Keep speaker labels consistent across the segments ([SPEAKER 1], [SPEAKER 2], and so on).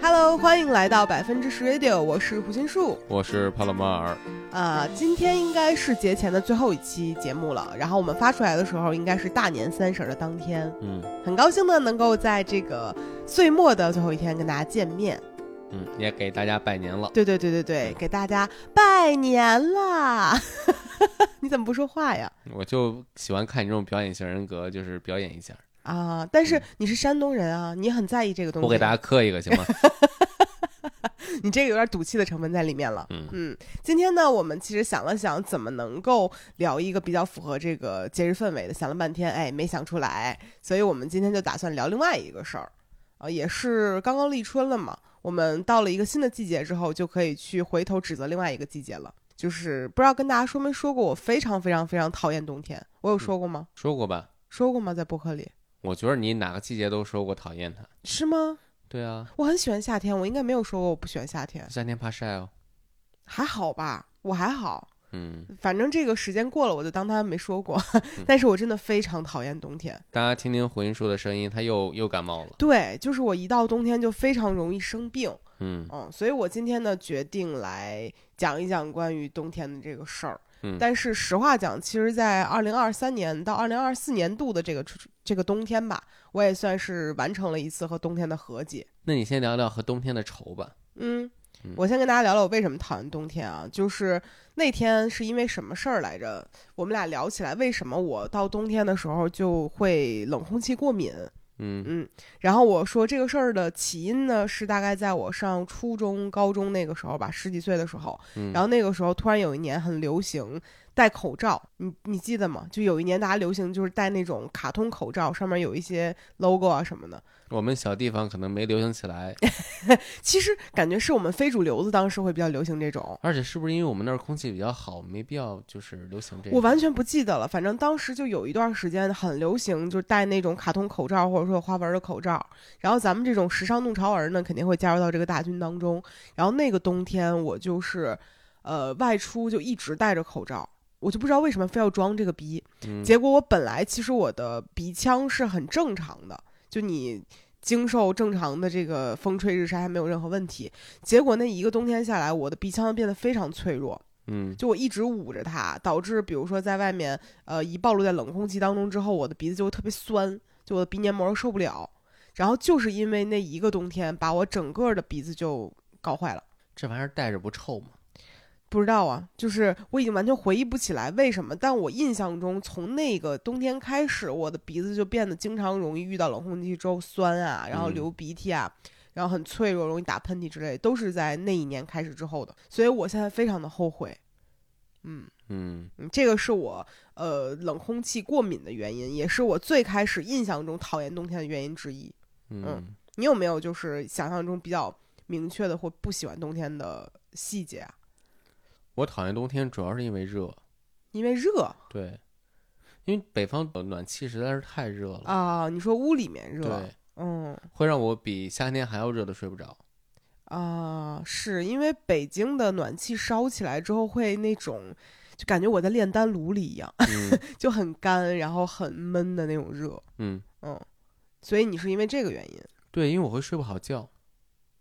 [SPEAKER 1] Hello，欢迎来到百分之十 Radio，我是胡心树。
[SPEAKER 2] 我是帕洛马尔，
[SPEAKER 1] 啊，今天应该是节前的最后一期节目了，然后我们发出来的时候应该是大年三十儿的当天，
[SPEAKER 2] 嗯
[SPEAKER 1] 很高兴呢能够在这个岁末的最后一天跟大家见面。
[SPEAKER 2] 嗯，也给大家拜年了。
[SPEAKER 1] 对对对对
[SPEAKER 2] 嗯
[SPEAKER 1] 对，给大家拜年啦！ 你怎么不说话呀？
[SPEAKER 2] 我就喜欢看你这种表演型人格，就是表演一下。
[SPEAKER 1] 啊，但是你是山东人啊，你很在意这个东西。
[SPEAKER 2] 嗯我给大家磕一个行 吗？
[SPEAKER 1] 你这个有点赌气的成分在里面了。
[SPEAKER 2] 嗯
[SPEAKER 1] 今天呢，我们其实想了想，怎么能够聊一个比较符合这个节日氛围的，想了半天，哎，没想出来，所以我们今天就打算聊另外一个事儿，呃，也是刚刚立春了嘛，我们到了一个新的季节之后，就可以去回头指责另外一个季节了。就是不知道跟大家说没说过，我非常非常非常讨厌冬天。我有说过吗？
[SPEAKER 2] 说过吧？
[SPEAKER 1] 说过吗？在播客里
[SPEAKER 2] 我觉得你哪个季节都说过讨厌它。
[SPEAKER 1] 是吗？
[SPEAKER 2] 对啊，
[SPEAKER 1] 我很喜欢夏天，我应该没有说过我不喜欢夏天，
[SPEAKER 2] 夏天怕晒哦。
[SPEAKER 1] 还好吧，我还好。
[SPEAKER 2] 嗯，
[SPEAKER 1] 反正这个时间过了，我就当他没说过。 但是我真的非常讨厌冬天，
[SPEAKER 2] 大家听听回音叔的声音，他又又感冒了。
[SPEAKER 1] 对，就是我一到冬天就非常容易生病，
[SPEAKER 2] 嗯
[SPEAKER 1] 嗯，所以我今天呢决定来讲一讲关于冬天的这个事儿。
[SPEAKER 2] 嗯
[SPEAKER 1] 但是实话讲，其实，在二零二三年到二零二四年度的这个春这个冬天吧，我也算是完成了一次和冬天的和解。
[SPEAKER 2] 那你先聊聊和冬天的仇吧。
[SPEAKER 1] 嗯
[SPEAKER 2] 嗯，
[SPEAKER 1] 我先跟大家聊聊我为什么讨厌冬天啊，就是那天是因为什么事儿来着？我们俩聊起来，为什么我到冬天的时候就会冷空气过敏？
[SPEAKER 2] 嗯
[SPEAKER 1] 嗯，然后我说这个事儿的起因呢，是大概在我上初中、高中那个时候吧，十几岁的时候，
[SPEAKER 2] 嗯，
[SPEAKER 1] 然后那个时候突然有一年很流行戴口罩，你你记得吗？就有一年大家流行就是戴那种卡通口罩，上面有一些 logo 啊什么的。
[SPEAKER 2] 我们小地方可能没流行起 来，
[SPEAKER 1] 其实感觉是我们非主流子当时会比较流行这种。
[SPEAKER 2] 而且是不是因为我们那儿空气比较好，没必要就是流行这个？
[SPEAKER 1] 我完全不记得了，反正当时就有一段时间很流行，就是戴那种卡通口罩或者说有花纹的口罩。然后咱们这种时尚弄潮儿呢，肯定会加入到这个大军当中。然后那个冬天，我就是，呃，外出就一直戴着口罩，我就不知道为什么非要装这个逼。
[SPEAKER 2] 嗯
[SPEAKER 1] 结果我本来其实我的鼻腔是很正常的，就你经受正常的这个风吹日晒还没有任何问题。结果那一个冬天下来，我的鼻腔变得非常脆弱。
[SPEAKER 2] 嗯
[SPEAKER 1] 就我一直捂着它，导致比如说在外面，呃，一暴露在冷空气当中之后，我的鼻子就会特别酸，就我的鼻黏膜受不了。然后就是因为那一个冬天，把我整个的鼻子就搞坏了。
[SPEAKER 2] 这玩意儿戴着不臭吗？
[SPEAKER 1] 不知道啊，就是我已经完全回忆不起来为什么，但我印象中从那个冬天开始，我的鼻子就变得经常容易遇到冷空气之后酸啊，然后
[SPEAKER 2] 嗯
[SPEAKER 1] 流鼻涕啊，然后很脆弱，容易打喷嚏之类，都是在那一年开始之后的。所以我现在非常的后悔，嗯。
[SPEAKER 2] 嗯
[SPEAKER 1] 嗯，这个是我呃冷空气过敏的原因，也是我最开始印象中讨厌冬天的原因之一。
[SPEAKER 2] 嗯，
[SPEAKER 1] 你有没有就是想象中比较明确的或不喜欢冬天的细节啊？
[SPEAKER 2] 我讨厌冬天主要是因为热。
[SPEAKER 1] 因为热
[SPEAKER 2] 对，因为北方的暖气实在是太热了，
[SPEAKER 1] 啊、你说屋里面热，
[SPEAKER 2] 对，
[SPEAKER 1] 嗯
[SPEAKER 2] 会让我比夏天还要热的睡 不着。
[SPEAKER 1] 啊、是因为北京的暖气烧起来之后会那种，就感觉我在炼丹炉里一样，
[SPEAKER 2] 嗯
[SPEAKER 1] 就很干，然后很闷的那种热，
[SPEAKER 2] 嗯，
[SPEAKER 1] 嗯，所以你是因为这个原因，
[SPEAKER 2] 对，因为我会睡不好觉。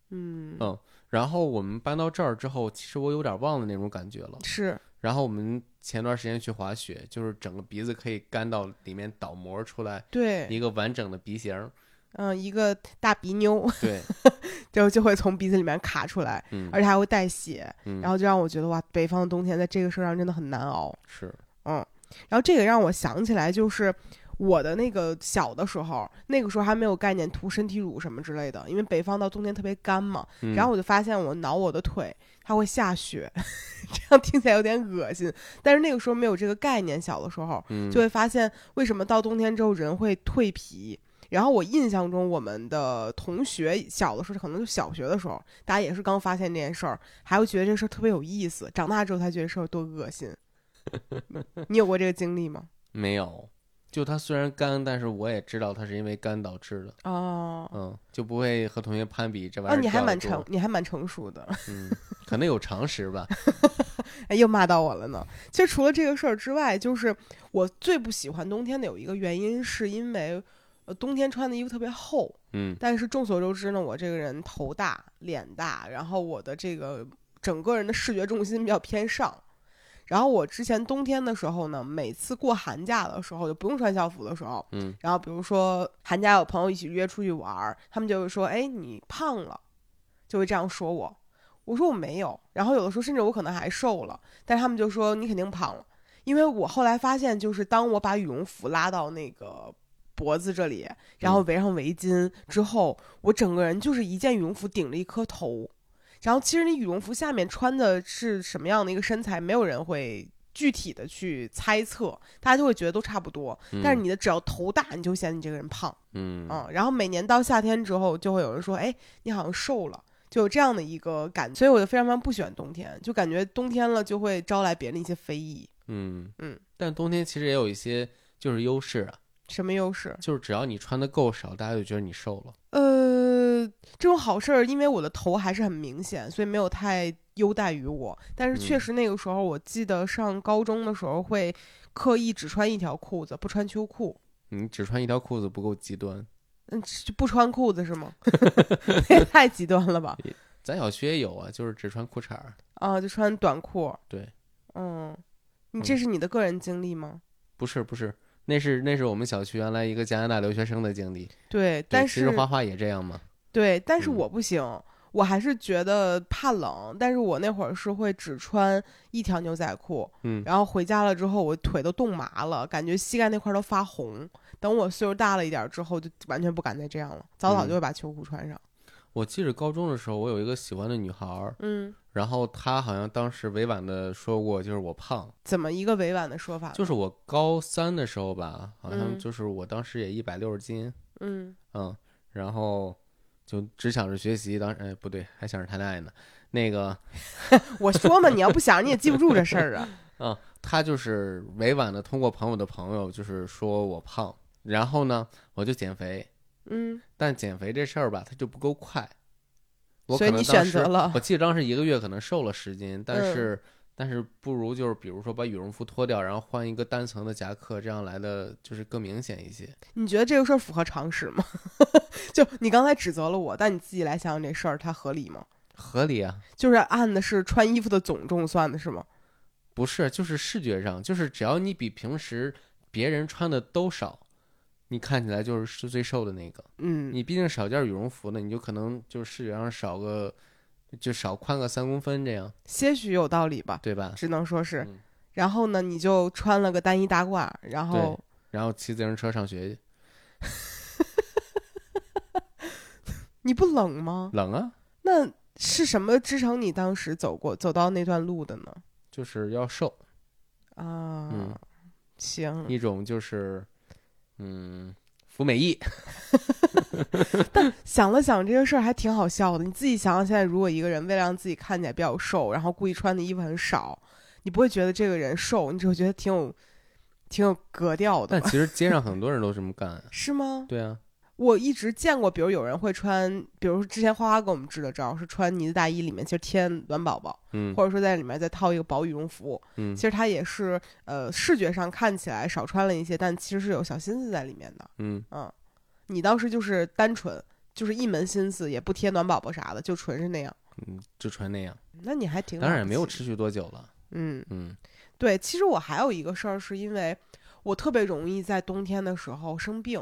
[SPEAKER 1] 嗯，
[SPEAKER 2] 嗯然后我们搬到这儿之后，其实我有点忘了那种感觉了。
[SPEAKER 1] 是
[SPEAKER 2] 然后我们前段时间去滑雪，就是整个鼻子可以干到里面倒模出来
[SPEAKER 1] 对，
[SPEAKER 2] 一个完整的鼻型儿。
[SPEAKER 1] 嗯，一个大鼻妞，
[SPEAKER 2] 对，
[SPEAKER 1] 就就会从鼻子里面卡出来，
[SPEAKER 2] 嗯
[SPEAKER 1] 而且还会带血，
[SPEAKER 2] 嗯，
[SPEAKER 1] 然后就让我觉得哇，北方的冬天在这个事儿上真的很难熬。嗯
[SPEAKER 2] 是
[SPEAKER 1] 然后这个让我想起来，就是我的那个小的时候，那个时候还没有概念涂身体乳什么之类的，因为北方到冬天特别干嘛。
[SPEAKER 2] 嗯
[SPEAKER 1] 然后我就发现我挠我的腿，它会下雪， 这样听起来有点恶心，但是那个时候没有这个概念，小的时候，
[SPEAKER 2] 嗯
[SPEAKER 1] 就会发现为什么到冬天之后人会蜕皮。然后我印象中，我们的同学小的时候，可能就小学的时候，大家也是刚发现这件事儿，还会觉得这事儿特别有意思。长大之后才觉得这事儿多恶心。你有过这个经历吗？
[SPEAKER 2] 没有。就它虽然干，但是我也知道它是因为干导致的，
[SPEAKER 1] 哦，
[SPEAKER 2] 嗯，就不会和同学攀比这玩
[SPEAKER 1] 啊，
[SPEAKER 2] 意儿。
[SPEAKER 1] 你还蛮成，，你还蛮成熟的。
[SPEAKER 2] 嗯，可能有常识吧。
[SPEAKER 1] 哎，又骂到我了呢。其实除了这个事儿之外，就是我最不喜欢冬天的有一个原因，是因为呃冬天穿的衣服特别厚，
[SPEAKER 2] 嗯
[SPEAKER 1] 但是众所周知呢，我这个人头大脸大，然后我的这个整个人的视觉重心比较偏上。然后我之前冬天的时候呢，每次过寒假的时候就不用穿校服的时候，
[SPEAKER 2] 嗯，
[SPEAKER 1] 然后比如说寒假有朋友一起约出去玩儿，他们就会说：“哎，你胖了。”就会这样说我。我说我没有。然后有的时候甚至我可能还瘦了，但是他们就说你肯定胖了，因为我后来发现，就是当我把羽绒服拉到那个脖子这里，然后围上围巾之后，我整个人就是一件羽绒服顶着一颗头。然后其实你羽绒服下面穿的是什么样的一个身材，没有人会具体的去猜测，大家就会觉得都差不多。但是你的只要头大，你就显你这个人胖，
[SPEAKER 2] 嗯
[SPEAKER 1] 嗯。然后每年到夏天之后，就会有人说，哎，你好像瘦了，就有这样的一个感觉。所以我就非常非常不喜欢冬天，就感觉冬天了就会招来别人的一些非议。
[SPEAKER 2] 嗯
[SPEAKER 1] 嗯，
[SPEAKER 2] 但冬天其实也有一些就是优势啊，
[SPEAKER 1] 什么优势？
[SPEAKER 2] 就是只要你穿的够少，大家就觉得你瘦了。
[SPEAKER 1] 呃，这种好事儿，因为我的头还是很明显，所以没有太优待于我。但是确
[SPEAKER 2] 嗯
[SPEAKER 1] 实那个时候，我记得上高中的时候会刻意只穿一条裤子，不穿秋裤。
[SPEAKER 2] 你只穿一条裤子不够极端，
[SPEAKER 1] 嗯，就不穿裤子是吗？ 也太极端了吧！
[SPEAKER 2] 咱小学也有啊，就是只穿裤衩儿。
[SPEAKER 1] 啊，就穿短裤。
[SPEAKER 2] 对，
[SPEAKER 1] 嗯，你这
[SPEAKER 2] 嗯
[SPEAKER 1] 是你的个人经历吗？
[SPEAKER 2] 不是不是，那是那是我们小区原来一个加拿大留学生的经历。
[SPEAKER 1] 对，
[SPEAKER 2] 对
[SPEAKER 1] 但
[SPEAKER 2] 其实
[SPEAKER 1] 是
[SPEAKER 2] 花花也这样嘛。
[SPEAKER 1] 对，但是
[SPEAKER 2] 嗯
[SPEAKER 1] 我不行，我还是觉得怕冷。但是我那会儿是会只穿一条牛仔裤，
[SPEAKER 2] 嗯
[SPEAKER 1] 然后回家了之后，我腿都冻麻了，感觉膝盖那块儿都发红。等我岁数大了一点儿之后，就完全不敢再这样了，早早就
[SPEAKER 2] 嗯
[SPEAKER 1] 会把秋裤穿上。
[SPEAKER 2] 我记得高中的时候，我有一个喜欢的女孩儿，
[SPEAKER 1] 嗯，
[SPEAKER 2] 然后她好像当时委婉的说过，就是我胖，
[SPEAKER 1] 怎么一个委婉的说法呢？
[SPEAKER 2] 就是我高三的时候吧，好
[SPEAKER 1] 啊嗯
[SPEAKER 2] 像就是我当时也一百六十斤，
[SPEAKER 1] 嗯
[SPEAKER 2] 嗯，然后就只想着学习，当时哎不对，还想着谈恋爱呢。那个，
[SPEAKER 1] 我说嘛，你要不想你也记不住这事儿啊。
[SPEAKER 2] 嗯，她就是委婉的通过朋友的朋友，就是说我胖，然后呢，我就减肥，
[SPEAKER 1] 嗯，
[SPEAKER 2] 但减肥这事儿吧，它就不够快。我
[SPEAKER 1] 所以
[SPEAKER 2] 可能
[SPEAKER 1] 你
[SPEAKER 2] 当
[SPEAKER 1] 选
[SPEAKER 2] 时
[SPEAKER 1] 择了
[SPEAKER 2] 我记得当时一个月可能瘦了十斤，但
[SPEAKER 1] 嗯
[SPEAKER 2] 是、但是不如就是比如说把羽绒服脱掉，然后换一个单层的夹克，这样来的就是更明显一些。
[SPEAKER 1] 你觉得这个事儿符合常识吗？ 就你刚才指责了我，但你自己来想想这事儿它合理吗？
[SPEAKER 2] 合理啊，
[SPEAKER 1] 就是按的是穿衣服的总重算的是吗？
[SPEAKER 2] 不是，就是视觉上，就是只要你比平时别人穿的都少，你看起来就是是最瘦的那个。
[SPEAKER 1] 嗯，
[SPEAKER 2] 你毕竟少件羽绒服呢，你就可能就是视觉上少个，就少宽个三公分这样，
[SPEAKER 1] 些许有道理吧，
[SPEAKER 2] 对吧？
[SPEAKER 1] 只能说是
[SPEAKER 2] 嗯。
[SPEAKER 1] 然后呢，你就穿了个单衣大褂，然后
[SPEAKER 2] 然后骑自行车上学去，
[SPEAKER 1] 你不冷吗？
[SPEAKER 2] 冷啊，
[SPEAKER 1] 那是什么支撑你当时走过走到那段路的呢？
[SPEAKER 2] 就是要瘦，
[SPEAKER 1] 啊，
[SPEAKER 2] 嗯
[SPEAKER 1] 行，
[SPEAKER 2] 一种就是，嗯，服美役，
[SPEAKER 1] 想了想这个事儿还挺好笑的。你自己想想，现在如果一个人为了让自己看起来比较瘦，然后故意穿的衣服很少，你不会觉得这个人瘦，你只会觉得挺有挺有格调的
[SPEAKER 2] 但
[SPEAKER 1] 吧，
[SPEAKER 2] 其实街上很多人都这么干啊、
[SPEAKER 1] 是吗？
[SPEAKER 2] 对啊，
[SPEAKER 1] 我一直见过，比如有人会穿，比如之前花花给我们支的招是穿呢子大衣，里面其实贴暖宝宝，
[SPEAKER 2] 嗯
[SPEAKER 1] 或者说在里面再套一个薄羽绒服。
[SPEAKER 2] 嗯
[SPEAKER 1] 其实它也是呃视觉上看起来少穿了一些，但其实是有小心思在里面的。
[SPEAKER 2] 嗯，
[SPEAKER 1] 嗯，你当时就是单纯，就是一门心思，也不贴暖宝宝啥的，就纯是那样。
[SPEAKER 2] 嗯就穿那样，
[SPEAKER 1] 那你还挺
[SPEAKER 2] 当然也
[SPEAKER 1] 了不
[SPEAKER 2] 没有
[SPEAKER 1] 起
[SPEAKER 2] 持续多久了，
[SPEAKER 1] 嗯，
[SPEAKER 2] 嗯
[SPEAKER 1] 对。其实我还有一个事儿，是因为我特别容易在冬天的时候生病。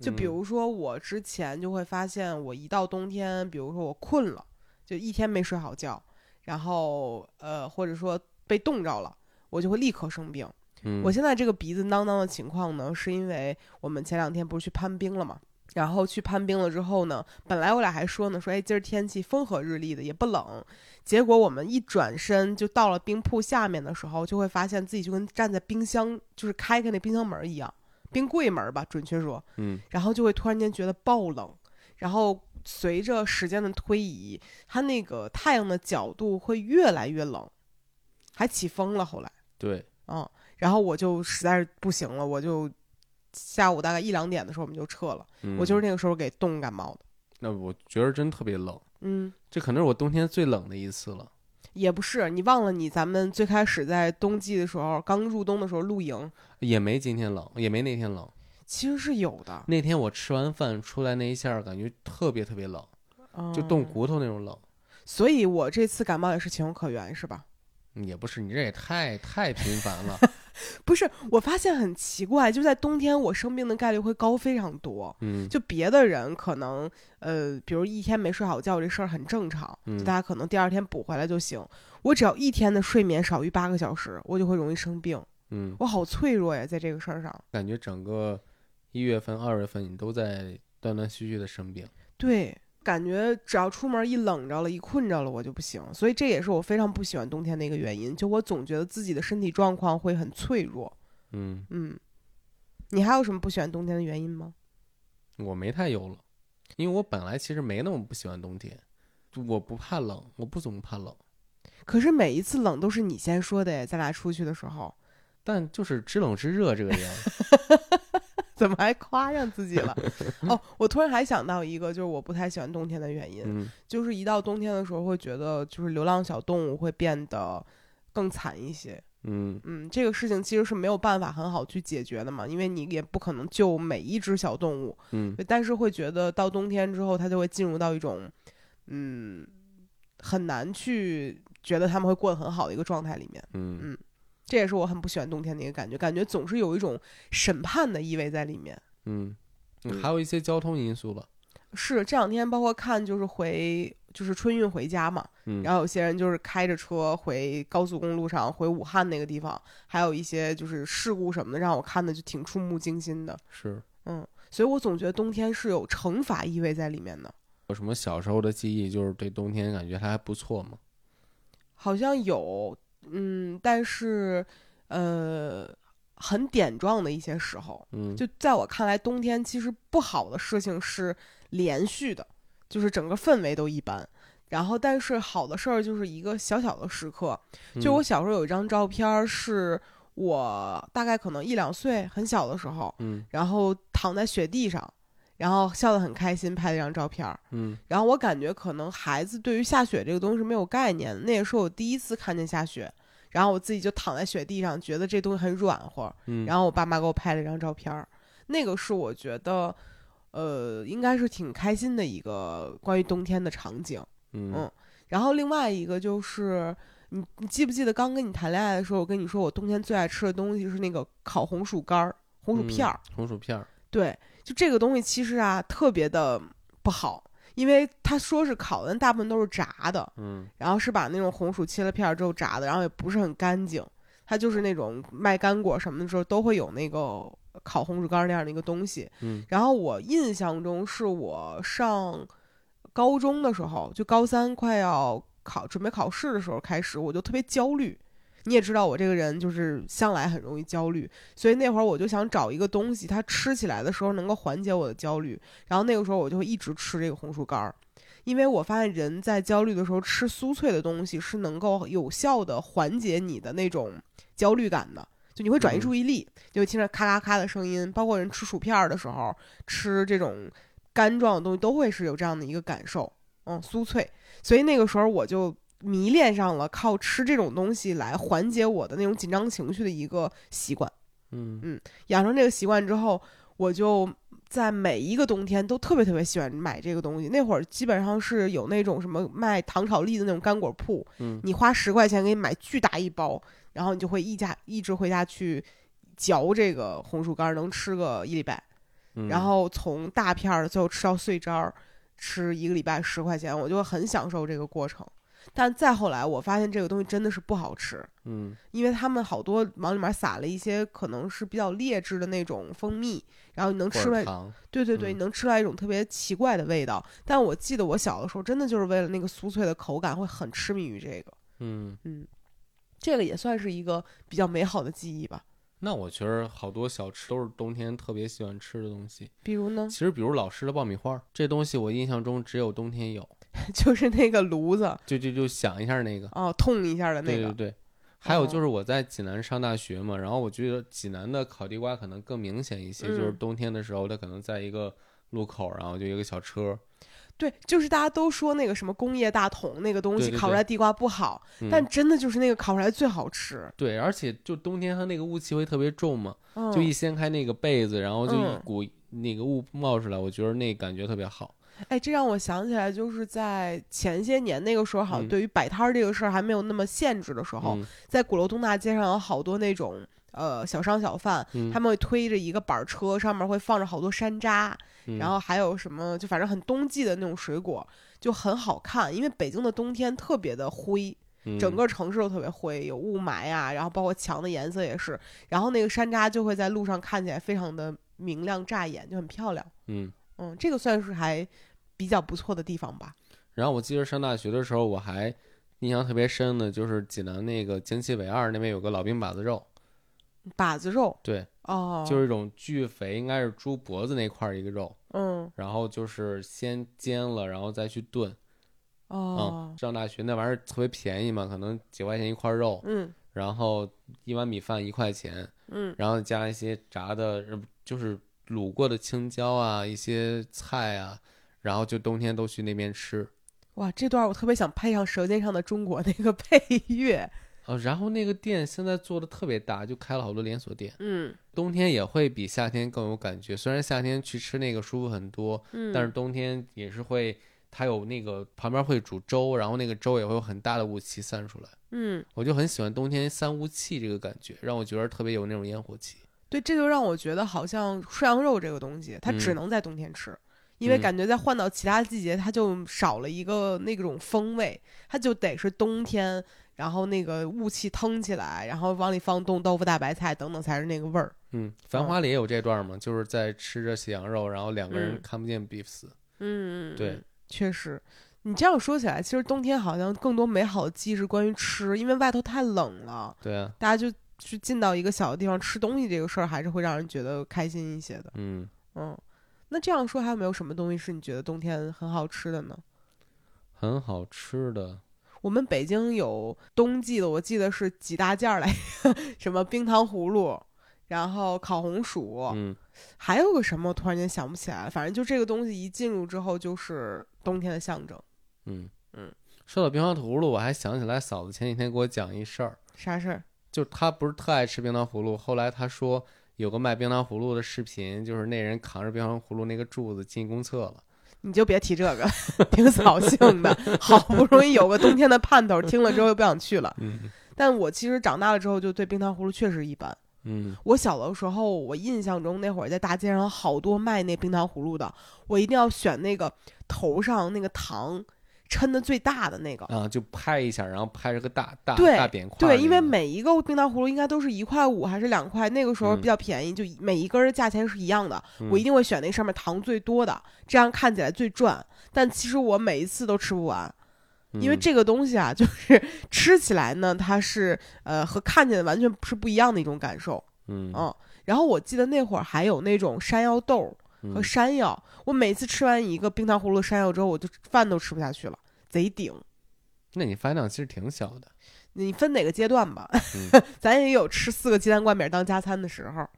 [SPEAKER 1] 就比
[SPEAKER 2] 嗯
[SPEAKER 1] 如说我之前就会发现，我一到冬天，比如说我困了，就一天没睡好觉，然后呃，或者说被冻着了，我就会立刻生病。
[SPEAKER 2] 嗯，
[SPEAKER 1] 我现在这个鼻子囔囔的情况呢，是因为我们前两天不是去攀冰了嘛。然后去攀冰了之后呢，本来我俩还说呢，说哎今儿天气风和日丽的，也不冷。结果我们一转身就到了冰铺下面的时候，就会发现自己就跟站在冰箱，就是开开那冰箱门儿一样，冰柜门儿吧，准确说，
[SPEAKER 2] 嗯
[SPEAKER 1] 然后就会突然间觉得爆冷，然后随着时间的推移，它那个太阳的角度会越来越冷，还起风了。后来，
[SPEAKER 2] 对，
[SPEAKER 1] 嗯，然后我就实在是不行了，我就下午大概一两点的时候我们就撤了，我就是
[SPEAKER 2] 嗯
[SPEAKER 1] 那个时候给冻感冒的。
[SPEAKER 2] 那我觉得真特别冷，
[SPEAKER 1] 嗯，
[SPEAKER 2] 这可能是我冬天最冷的一次了。
[SPEAKER 1] 也不是，你忘了你咱们最开始在冬季的时候，刚入冬的时候露营，
[SPEAKER 2] 也没今天冷，也没那天冷。
[SPEAKER 1] 其实是有的，
[SPEAKER 2] 那天我吃完饭出来那一下儿，感觉特别特别冷，就冻
[SPEAKER 1] 嗯。
[SPEAKER 2] 骨头那种冷。
[SPEAKER 1] 所以我这次感冒也是情有可原，是吧？
[SPEAKER 2] 嗯也不是，你这也太太频繁 了。
[SPEAKER 1] 不是，我发现很奇怪，就在冬天我生病的概率会高非常多。
[SPEAKER 2] 嗯，
[SPEAKER 1] 就别的人可能，呃，比如一天没睡好觉这事儿很正常，
[SPEAKER 2] 嗯
[SPEAKER 1] 就大家可能第二天补回来就行。我只要一天的睡眠少于八个小时，我就会容易生病。
[SPEAKER 2] 嗯，
[SPEAKER 1] 我好脆弱呀，在这个事儿上。
[SPEAKER 2] 感觉整个一月份、二月份你都在断断续续的生病。
[SPEAKER 1] 对，感觉只要出门一冷着了，一困着了，我就不行。所以这也是我非常不喜欢冬天的一个原因，就我总觉得自己的身体状况会很脆弱。
[SPEAKER 2] 嗯，
[SPEAKER 1] 嗯，你还有什么不喜欢冬天的原因吗？
[SPEAKER 2] 我没太有了，因为我本来其实没那么不喜欢冬天，就我不怕冷，我不怎么怕冷，
[SPEAKER 1] 可是每一次冷都是你先说的哎，咱俩出去的时候，
[SPEAKER 2] 但就是知冷知热这个人，
[SPEAKER 1] 怎么还夸上自己了？哦，我突然还想到一个，就是我不太喜欢冬天的原因，
[SPEAKER 2] 嗯
[SPEAKER 1] 就是一到冬天的时候会觉得，就是流浪小动物会变得更惨一些。
[SPEAKER 2] 嗯
[SPEAKER 1] 嗯，这个事情其实是没有办法很好去解决的嘛，因为你也不可能救每一只小动物，
[SPEAKER 2] 嗯
[SPEAKER 1] 但是会觉得到冬天之后，它就会进入到一种，嗯，很难去觉得他们会过得很好的一个状态里面。
[SPEAKER 2] 嗯，
[SPEAKER 1] 这也是我很不喜欢冬天的一个感觉，感觉总是有一种审判的意味在里面。
[SPEAKER 2] 嗯
[SPEAKER 1] 嗯
[SPEAKER 2] 嗯，还有一些交通因素吧。
[SPEAKER 1] 是这两天包括看就是回就是春运回家嘛，
[SPEAKER 2] 嗯
[SPEAKER 1] 然后有些人就是开着车回高速公路上回武汉那个地方，还有一些就是事故什么的，让我看的就挺触目惊心的。
[SPEAKER 2] 是
[SPEAKER 1] 嗯，所以我总觉得冬天是有惩罚意味在里面的，
[SPEAKER 2] 有什么小时候的记忆，就是对冬天感觉它还不错嘛？
[SPEAKER 1] 好像有，嗯，但是呃，很点状的一些时候，
[SPEAKER 2] 嗯，
[SPEAKER 1] 就在我看来，冬天其实不好的事情是连续的，就是整个氛围都一般。然后，但是好的事儿就是一个小小的时刻。
[SPEAKER 2] 嗯
[SPEAKER 1] 就我小时候有一张照片儿，是我大概可能一两岁，很小的时候，
[SPEAKER 2] 嗯
[SPEAKER 1] 然后躺在雪地上，然后笑得很开心，拍了一张照片儿。
[SPEAKER 2] 嗯
[SPEAKER 1] 然后我感觉可能孩子对于下雪这个东西是没有概念的，那也是我第一次看见下雪。然后我自己就躺在雪地上，觉得这东西很软和，
[SPEAKER 2] 嗯，
[SPEAKER 1] 然后我爸妈给我拍了一张照片儿，那个是我觉得，呃，应该是挺开心的一个关于冬天的场景。
[SPEAKER 2] 嗯
[SPEAKER 1] 嗯然后另外一个就是，你你记不记得刚跟你谈恋爱的时候，我跟你说我冬天最爱吃的东西是那个烤红薯干儿、红薯片儿。
[SPEAKER 2] 红薯片儿，
[SPEAKER 1] 对，就这个东西其实啊特别的不好，因为他说是烤的，但大部分都是炸的。
[SPEAKER 2] 嗯
[SPEAKER 1] 然后是把那种红薯切了片儿之后炸的，然后也不是很干净。它就是那种卖干果什么的时候都会有那个烤红薯干儿那样的一个东西。
[SPEAKER 2] 嗯
[SPEAKER 1] 然后我印象中是我上高中的时候，就高三快要考准备考试的时候开始，我就特别焦虑。你也知道我这个人就是向来很容易焦虑，所以那会儿我就想找一个东西，它吃起来的时候能够缓解我的焦虑。然后那个时候我就会一直吃这个红薯干儿，因为我发现人在焦虑的时候吃酥脆的东西是能够有效的缓解你的那种焦虑感的，就你会转移
[SPEAKER 2] 嗯
[SPEAKER 1] 注意力，就会听着咔咔咔的声音，包括人吃薯片儿的时候吃这种干状的东西都会是有这样的一个感受，嗯，酥脆。所以那个时候我就迷恋上了靠吃这种东西来缓解我的那种紧张情绪的一个习惯。
[SPEAKER 2] 嗯
[SPEAKER 1] 养成这个习惯之后，我就在每一个冬天都特别特别喜欢买这个东西。那会儿基本上是有那种什么卖糖炒栗子那种干果铺，
[SPEAKER 2] 嗯
[SPEAKER 1] 你花十块钱给你买巨大一包，然后你就会一家一直回家去嚼这个红薯干儿，能吃个一礼拜。
[SPEAKER 2] 嗯，
[SPEAKER 1] 然后从大片儿最后吃到碎渣儿，吃一个礼拜十块钱，我就很享受这个过程。但再后来，我发现这个东西真的是不好吃，
[SPEAKER 2] 嗯
[SPEAKER 1] 因为他们好多往里面撒了一些可能是比较劣质的那种蜂蜜，然后你能
[SPEAKER 2] 或
[SPEAKER 1] 吃出
[SPEAKER 2] 者
[SPEAKER 1] 来，
[SPEAKER 2] 糖，
[SPEAKER 1] 对对对，
[SPEAKER 2] 嗯
[SPEAKER 1] 你能吃出来一种特别奇怪的味道。但我记得我小的时候，真的就是为了那个酥脆的口感，会很痴迷于这个。
[SPEAKER 2] 嗯，
[SPEAKER 1] 这个也算是一个比较美好的记忆吧。
[SPEAKER 2] 那我觉得好多小吃都是冬天特别喜欢吃的东西。
[SPEAKER 1] 比如呢
[SPEAKER 2] 其，实，比如老式的爆米花儿，这东西我印象中只有冬天有。
[SPEAKER 1] 就是那个炉子
[SPEAKER 2] 就就就想一下那个，
[SPEAKER 1] 哦，痛一下的那
[SPEAKER 2] 对对
[SPEAKER 1] 个，
[SPEAKER 2] 对。还有
[SPEAKER 1] 哦
[SPEAKER 2] 就是我在济南上大学嘛，然后我觉得济南的烤地瓜可能更明显一些，就是
[SPEAKER 1] 嗯
[SPEAKER 2] 冬天的时候，它可能在一个路口，然后就一个小车，
[SPEAKER 1] 对，就是大家都说那个什么工业大桶那个东西
[SPEAKER 2] 对对
[SPEAKER 1] 烤出来地瓜不好，
[SPEAKER 2] 嗯
[SPEAKER 1] 但真的就是那个烤出来最好吃。
[SPEAKER 2] 对，而且就冬天它那个雾气会特别重嘛，
[SPEAKER 1] 嗯，
[SPEAKER 2] 就一掀开那个被子，然后就一
[SPEAKER 1] 嗯
[SPEAKER 2] 股那个雾冒出来，我觉得那感觉特别好。
[SPEAKER 1] 哎，这让我想起来，就是在前些年那个时候，好像
[SPEAKER 2] 嗯
[SPEAKER 1] 对于摆摊儿这个事儿还没有那么限制的时候，
[SPEAKER 2] 嗯
[SPEAKER 1] 在鼓楼东大街上有好多那种呃小商小贩，
[SPEAKER 2] 嗯，
[SPEAKER 1] 他们会推着一个板儿车，上面会放着好多山楂，
[SPEAKER 2] 嗯
[SPEAKER 1] 然后还有什么，就反正很冬季的那种水果，就很好看。因为北京的冬天特别的灰，整
[SPEAKER 2] 嗯
[SPEAKER 1] 个城市都特别灰，有雾霾啊，然后包括墙的颜色也是，然后那个山楂就会在路上看起来非常的明亮扎眼，就很漂亮。
[SPEAKER 2] 嗯。
[SPEAKER 1] 嗯，这个算是还比较不错的地方吧。
[SPEAKER 2] 然后我记得上大学的时候，我还印象特别深的就是济南那个经七纬二那边有个老兵把子肉，
[SPEAKER 1] 把子肉
[SPEAKER 2] 对，
[SPEAKER 1] 哦，
[SPEAKER 2] 就是一种巨肥，应该是猪脖子那块儿一个肉，
[SPEAKER 1] 嗯
[SPEAKER 2] 然后就是先煎了，然后再去炖。
[SPEAKER 1] 哦
[SPEAKER 2] 嗯，上大学那玩意儿特别便宜嘛，可能几块钱一块肉，
[SPEAKER 1] 嗯
[SPEAKER 2] 然后一碗米饭一块钱，
[SPEAKER 1] 嗯
[SPEAKER 2] 然后加一些炸的，呃就是卤过的青椒啊，一些菜啊，然后就冬天都去那边吃。
[SPEAKER 1] 哇，这段我特别想配上《舌尖上的中国》那个配乐。
[SPEAKER 2] 哦，然后那个店现在做的特别大，就开了好多连锁店，
[SPEAKER 1] 嗯
[SPEAKER 2] 冬天也会比夏天更有感觉。虽然夏天去吃那个舒服很多，
[SPEAKER 1] 嗯，
[SPEAKER 2] 但是冬天也是会，它有那个旁边会煮粥，然后那个粥也会有很大的雾气散出来。
[SPEAKER 1] 嗯。
[SPEAKER 2] 我就很喜欢冬天三雾气这个感觉，让我觉得特别有那种烟火气。
[SPEAKER 1] 对，这就让我觉得好像涮羊肉这个东西，它只
[SPEAKER 2] 嗯
[SPEAKER 1] 能在冬天吃，因为
[SPEAKER 2] 嗯
[SPEAKER 1] 感觉在换到其他季节，它就少了一个那种风味，它就得是冬天，然后那个雾气腾起来，然后往里放冻豆腐、大白菜等等才是那个味儿。
[SPEAKER 2] 嗯，《繁
[SPEAKER 1] 嗯
[SPEAKER 2] 花》里也有这段嘛，就是在吃着喜羊肉，然后两个人
[SPEAKER 1] 嗯
[SPEAKER 2] 看不见彼此。
[SPEAKER 1] 嗯，
[SPEAKER 2] 对，
[SPEAKER 1] 确实。你这样说起来，其实冬天好像更多美好的记忆是关于吃，因为外头太冷了，
[SPEAKER 2] 对啊，
[SPEAKER 1] 大家就去进到一个小的地方吃东西这个事儿，还是会让人觉得开心一些的。
[SPEAKER 2] 嗯，
[SPEAKER 1] 嗯，那这样说还有没有什么东西是你觉得冬天很好吃的呢？
[SPEAKER 2] 很好吃的。
[SPEAKER 1] 我们北京有冬季的，我记得是几大件儿来， 什么冰糖葫芦，然后烤红薯，
[SPEAKER 2] 嗯，
[SPEAKER 1] 还有个什么，我突然间想不起来了。反正就这个东西一进入之后，就是冬天的象征。
[SPEAKER 2] 嗯
[SPEAKER 1] 嗯，
[SPEAKER 2] 说到冰糖葫芦，我还想起来嫂子前几天给我讲一事儿，
[SPEAKER 1] 啥事儿？
[SPEAKER 2] 就她不是特爱吃冰糖葫芦，后来她说有个卖冰糖葫芦的视频，就是那人扛着冰糖葫芦那个柱子进公厕了。
[SPEAKER 1] 你就别提这个， 挺扫兴的。好不容易有个冬天的盼头，听了之后又不想去了。
[SPEAKER 2] 嗯
[SPEAKER 1] 但我其实长大了之后，就对冰糖葫芦确实一般。
[SPEAKER 2] 嗯
[SPEAKER 1] 我小的时候，我印象中那会儿在大街上有好多卖那冰糖葫芦的，我一定要选那个头上那个糖抻的最大的那个。
[SPEAKER 2] 啊，就拍一下，然后拍着个大大
[SPEAKER 1] 对
[SPEAKER 2] 大扁块儿那个。
[SPEAKER 1] 对，因为每一个冰糖葫芦应该都是一块五还是两块，那个时候
[SPEAKER 2] 嗯
[SPEAKER 1] 比较便宜，就一每一根儿的价钱是一样的。
[SPEAKER 2] 嗯
[SPEAKER 1] 我一定会选那上面糖最多的，这样看起来最赚。但其实我每一次都吃不完，因为
[SPEAKER 2] 嗯
[SPEAKER 1] 这个东西啊， 就是吃起来呢，它是呃和看见的完全是不一样的一种感受。
[SPEAKER 2] 嗯
[SPEAKER 1] 嗯，然后我记得那会儿还有那种山药豆儿和
[SPEAKER 2] 嗯
[SPEAKER 1] 山药，我每次吃完一个冰糖葫芦山药之后，我就饭都吃不下去了，贼顶。
[SPEAKER 2] 那你饭量其实挺小的。
[SPEAKER 1] 你分哪个阶段吧，
[SPEAKER 2] 嗯
[SPEAKER 1] 咱也有吃四个鸡蛋灌饼当加餐的时候。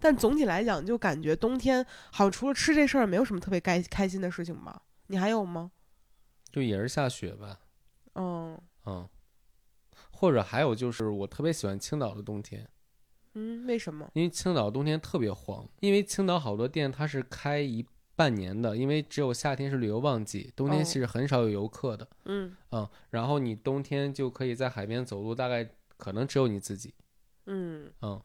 [SPEAKER 1] 但总体来讲，就感觉冬天好像除了吃这事儿，没有什么特别开开心的事情吧？你还有吗？
[SPEAKER 2] 就也是下雪吧，
[SPEAKER 1] 嗯
[SPEAKER 2] 嗯，或者还有就是我特别喜欢青岛的冬天，
[SPEAKER 1] 嗯，为什么？
[SPEAKER 2] 因为青岛冬天特别黄，因为青岛好多店它是开一半年的，因为只有夏天是旅游旺季，冬天
[SPEAKER 1] 哦
[SPEAKER 2] 其实很少有游客的，
[SPEAKER 1] 嗯
[SPEAKER 2] 嗯，然后你冬天就可以在海边走路，大概可能只有你自己，
[SPEAKER 1] 嗯
[SPEAKER 2] 嗯，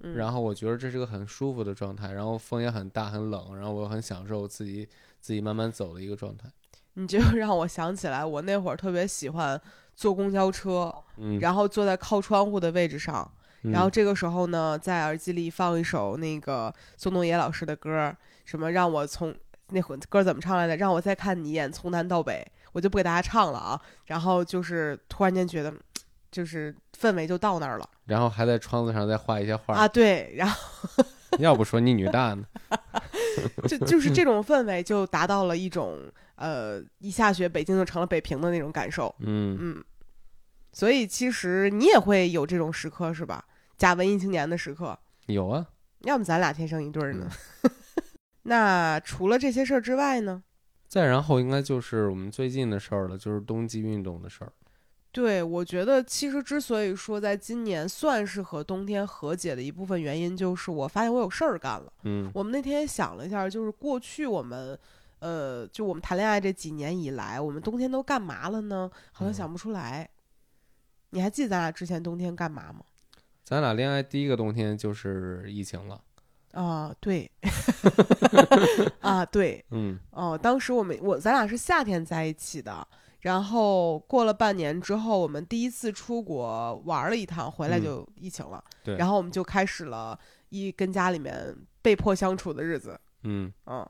[SPEAKER 1] 嗯，
[SPEAKER 2] 然后我觉得这是个很舒服的状态，然后风也很大很冷，然后我又很享受自己自己慢慢走的一个状态，
[SPEAKER 1] 你就 让我想起来，我那会儿特别喜欢坐公交车，
[SPEAKER 2] 嗯，
[SPEAKER 1] 然后坐在靠窗户的位置上，然后这个时候呢，在耳机里放一首那个宋冬野老师的歌儿，什么让我从那会儿歌儿怎么唱来着？让我再看你一眼，从南到北，我就不给大家唱了啊。然后就是突然间觉得，就是氛围就到那儿了
[SPEAKER 2] 嗯然后还在窗子上再画一些画，
[SPEAKER 1] 啊。对，然后
[SPEAKER 2] 要不说你女大呢。
[SPEAKER 1] 就就是这种氛围，就达到了一种呃，一下雪北京就成了北平的那种感受。
[SPEAKER 2] 嗯，
[SPEAKER 1] 嗯，所以其实你也会有这种时刻是吧？假文艺青年的时刻，
[SPEAKER 2] 有啊，
[SPEAKER 1] 要么咱俩天生一对儿呢。那除了这些事儿之外呢？
[SPEAKER 2] 再然后应该就是我们最近的事儿了，就是冬季运动的事儿。
[SPEAKER 1] 对，我觉得其实之所以说在今年算是和冬天和解的一部分原因，就是我发现我有事儿干了。
[SPEAKER 2] 嗯
[SPEAKER 1] 我们那天也想了一下，就是过去我们，呃，就我们谈恋爱这几年以来，我们冬天都干嘛了呢？好像
[SPEAKER 2] 嗯
[SPEAKER 1] 想不出来。你还记得咱俩之前冬天干嘛吗？
[SPEAKER 2] 咱俩恋爱第一个冬天就是疫情了。
[SPEAKER 1] 啊，对， 啊，对，
[SPEAKER 2] 嗯
[SPEAKER 1] 哦，当时我们我咱俩是夏天在一起的，然后过了半年之后，我们第一次出国玩了一趟，回来
[SPEAKER 2] 嗯
[SPEAKER 1] 就疫情了，
[SPEAKER 2] 对
[SPEAKER 1] 然后我们就开始了一跟家里面被迫相处的日子，
[SPEAKER 2] 嗯，
[SPEAKER 1] 嗯，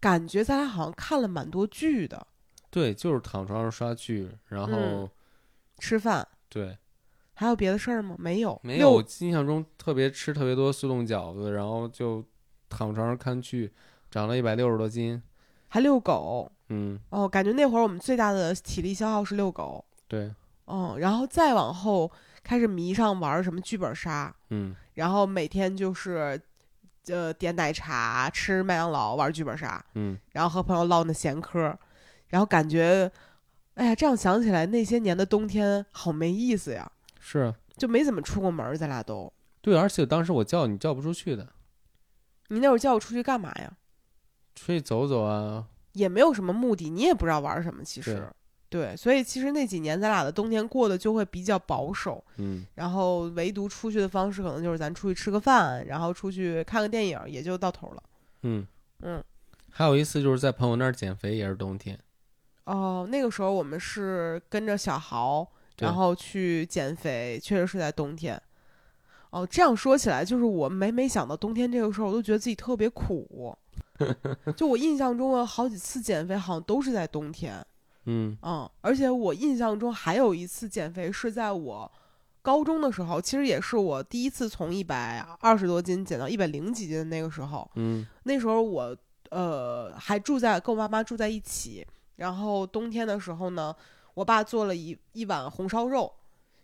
[SPEAKER 1] 感觉咱俩好像看了蛮多剧的，
[SPEAKER 2] 对，就是躺床上刷剧，然后、
[SPEAKER 1] 嗯吃饭
[SPEAKER 2] 对，
[SPEAKER 1] 还有别的事儿吗？没有，
[SPEAKER 2] 没
[SPEAKER 1] 六
[SPEAKER 2] 有我印象中特别吃特别多速冻饺子，然后就躺床上看剧，长了一百六十多斤。
[SPEAKER 1] 还遛狗，
[SPEAKER 2] 嗯，
[SPEAKER 1] 哦，感觉那会儿我们最大的体力消耗是遛狗，
[SPEAKER 2] 对，
[SPEAKER 1] 嗯，然后再往后开始迷上玩儿什么剧本杀，
[SPEAKER 2] 嗯
[SPEAKER 1] 然后每天就是，呃，点奶茶、吃麦当劳、玩剧本杀，
[SPEAKER 2] 嗯，
[SPEAKER 1] 然后和朋友唠那闲嗑儿，然后感觉，哎呀，这样想起来那些年的冬天好没意思呀，
[SPEAKER 2] 是啊，
[SPEAKER 1] 就没怎么出过门儿，咱俩都。
[SPEAKER 2] 对，而且当时我叫你叫不出去的，
[SPEAKER 1] 你那会儿叫我出去干嘛呀？
[SPEAKER 2] 出去走走啊。
[SPEAKER 1] 也没有什么目的，你也不知道玩什么，其
[SPEAKER 2] 对
[SPEAKER 1] 实。对，所以其实那几年咱俩的冬天过得就会比较保守，
[SPEAKER 2] 嗯，
[SPEAKER 1] 然后唯独出去的方式可能就是咱出去吃个饭，然后出去看个电影，也就到头了。
[SPEAKER 2] 嗯，
[SPEAKER 1] 嗯，
[SPEAKER 2] 还有一次就是在朋友那儿减肥，也是冬天。
[SPEAKER 1] 哦，那个时候我们是跟着小豪，
[SPEAKER 2] 对
[SPEAKER 1] 然后去减肥，确实是在冬天。哦，这样说起来，就是我每每想到冬天这个事儿，我都觉得自己特别苦。就我印象中啊，好几次减肥好像都是在冬天，
[SPEAKER 2] 嗯
[SPEAKER 1] 嗯，而且我印象中还有一次减肥是在我高中的时候，其实也是我第一次从一百二十多斤减到一百零几斤的那个时候，
[SPEAKER 2] 嗯
[SPEAKER 1] 那时候我呃还住在跟我爸妈住在一起，然后冬天的时候呢，我爸做了一一碗红烧肉，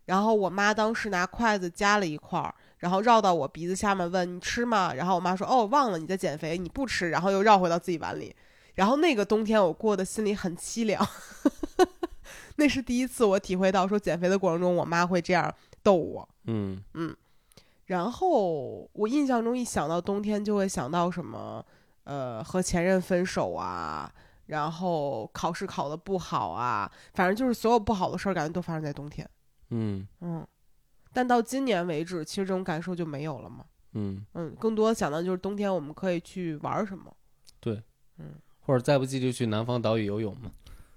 [SPEAKER 1] 然后我妈当时拿筷子夹了一块儿，然后绕到我鼻子下面问你吃吗？然后我妈说哦忘了你在减肥你不吃，然后又绕回到自己碗里，然后那个冬天我过得心里很凄凉， 那是第一次我体会到说减肥的过程中我妈会这样逗我。
[SPEAKER 2] 嗯，
[SPEAKER 1] 然后我印象中一想到冬天就会想到什么，呃，和前任分手啊，然后考试考得不好啊，反正就是所有不好的事儿，感觉都发生在冬天。
[SPEAKER 2] 嗯
[SPEAKER 1] 嗯，但到今年为止，其实这种感受就没有了嘛。
[SPEAKER 2] 嗯，
[SPEAKER 1] 嗯，更多想到就是冬天我们可以去玩儿什么。
[SPEAKER 2] 或者再不济就去南方岛屿游泳嘛。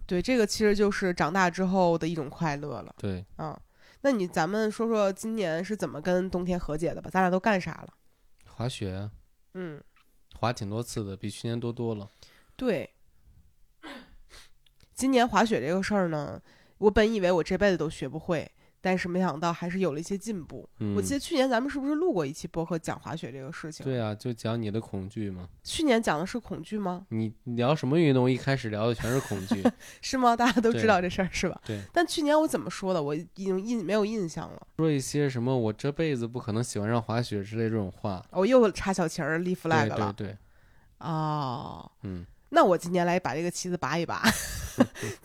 [SPEAKER 1] 对，这个其实就是长大之后的一种快乐了。
[SPEAKER 2] 对，
[SPEAKER 1] 嗯，那你咱们说说今年是怎么跟冬天和解的吧？咱俩都干啥了？
[SPEAKER 2] 滑雪啊，
[SPEAKER 1] 嗯，
[SPEAKER 2] 滑挺多次的，比去年多多了。
[SPEAKER 1] 对，今年滑雪这个事儿呢，我本以为我这辈子都学不会，但是没想到还是有了一些进步。
[SPEAKER 2] 嗯，
[SPEAKER 1] 我记得去年咱们是不是录过一期播客讲滑雪这个事情？
[SPEAKER 2] 对啊，就讲你的恐惧嘛。
[SPEAKER 1] 去年讲的是恐惧吗？
[SPEAKER 2] 你聊什么运动，一开始聊的全是恐 惧。
[SPEAKER 1] 是吗？大家都
[SPEAKER 2] 对
[SPEAKER 1] 知道这事儿是吧？
[SPEAKER 2] 对。
[SPEAKER 1] 但去年我怎么说的？我已经印没有印象了。
[SPEAKER 2] 说一些什么我这辈子不可能喜欢上滑雪之类这种话。
[SPEAKER 1] 我哦又插小旗儿立 flag
[SPEAKER 2] 对对
[SPEAKER 1] 了。
[SPEAKER 2] 对，
[SPEAKER 1] 哦，
[SPEAKER 2] 嗯
[SPEAKER 1] 那我今年来把这个旗子拔一 拔。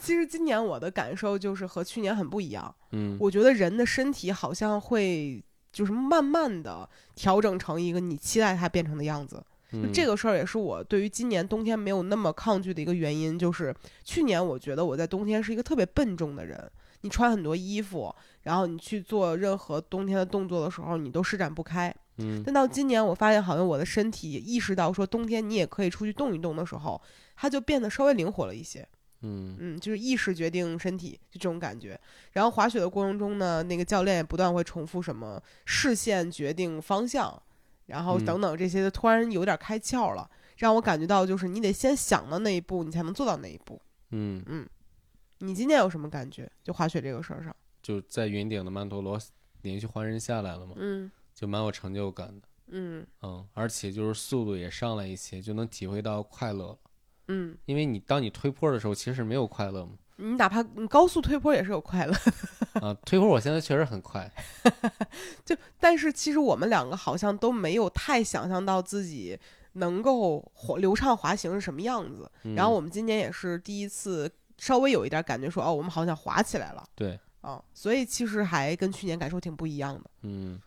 [SPEAKER 1] 其实今年我的感受就是和去年很不一样。
[SPEAKER 2] 嗯，
[SPEAKER 1] 我觉得人的身体好像会就是慢慢的调整成一个你期待它变成的样子。就
[SPEAKER 2] 嗯
[SPEAKER 1] 这个事儿也是我对于今年冬天没有那么抗拒的一个原因，就是去年我觉得我在冬天是一个特别笨重的人。你穿很多衣服，然后你去做任何冬天的动作的时候，你都施展不开。
[SPEAKER 2] 嗯
[SPEAKER 1] 但到今年，我发现好像我的身体意识到说，冬天你也可以出去动一动的时候，它就变得稍微灵活了一些。
[SPEAKER 2] 嗯
[SPEAKER 1] 嗯，就是意识决定身体，就这种感觉。然后滑雪的过程中呢，那个教练也不断会重复什么视线决定方向，然后
[SPEAKER 2] 嗯
[SPEAKER 1] 等等这些，就突然有点开窍了，让我感觉到就是你得先想到那一步，你才能做到那一步。
[SPEAKER 2] 嗯，
[SPEAKER 1] 你今年有什么感觉？就滑雪这个事儿上，
[SPEAKER 2] 就在云顶的曼陀罗连续滑人下来了嘛，
[SPEAKER 1] 嗯
[SPEAKER 2] 就蛮有成就感的。
[SPEAKER 1] 嗯
[SPEAKER 2] 嗯，而且就是速度也上来一些，就能体会到快乐了。
[SPEAKER 1] 嗯，
[SPEAKER 2] 因为你当你推坡的时候，其实没有快乐嘛。
[SPEAKER 1] 你哪怕你高速推坡也是有快乐，
[SPEAKER 2] 啊，推坡我现在确实很快。
[SPEAKER 1] 但是其实我们两个好像都没有太想象到自己能够滑流畅滑行是什么样子。
[SPEAKER 2] 嗯
[SPEAKER 1] 然后我们今年也是第一次稍微有一点感觉说，哦，我们好像滑起来了。
[SPEAKER 2] 对，
[SPEAKER 1] 啊，所以其实还跟去年感受挺不一样的。
[SPEAKER 2] 嗯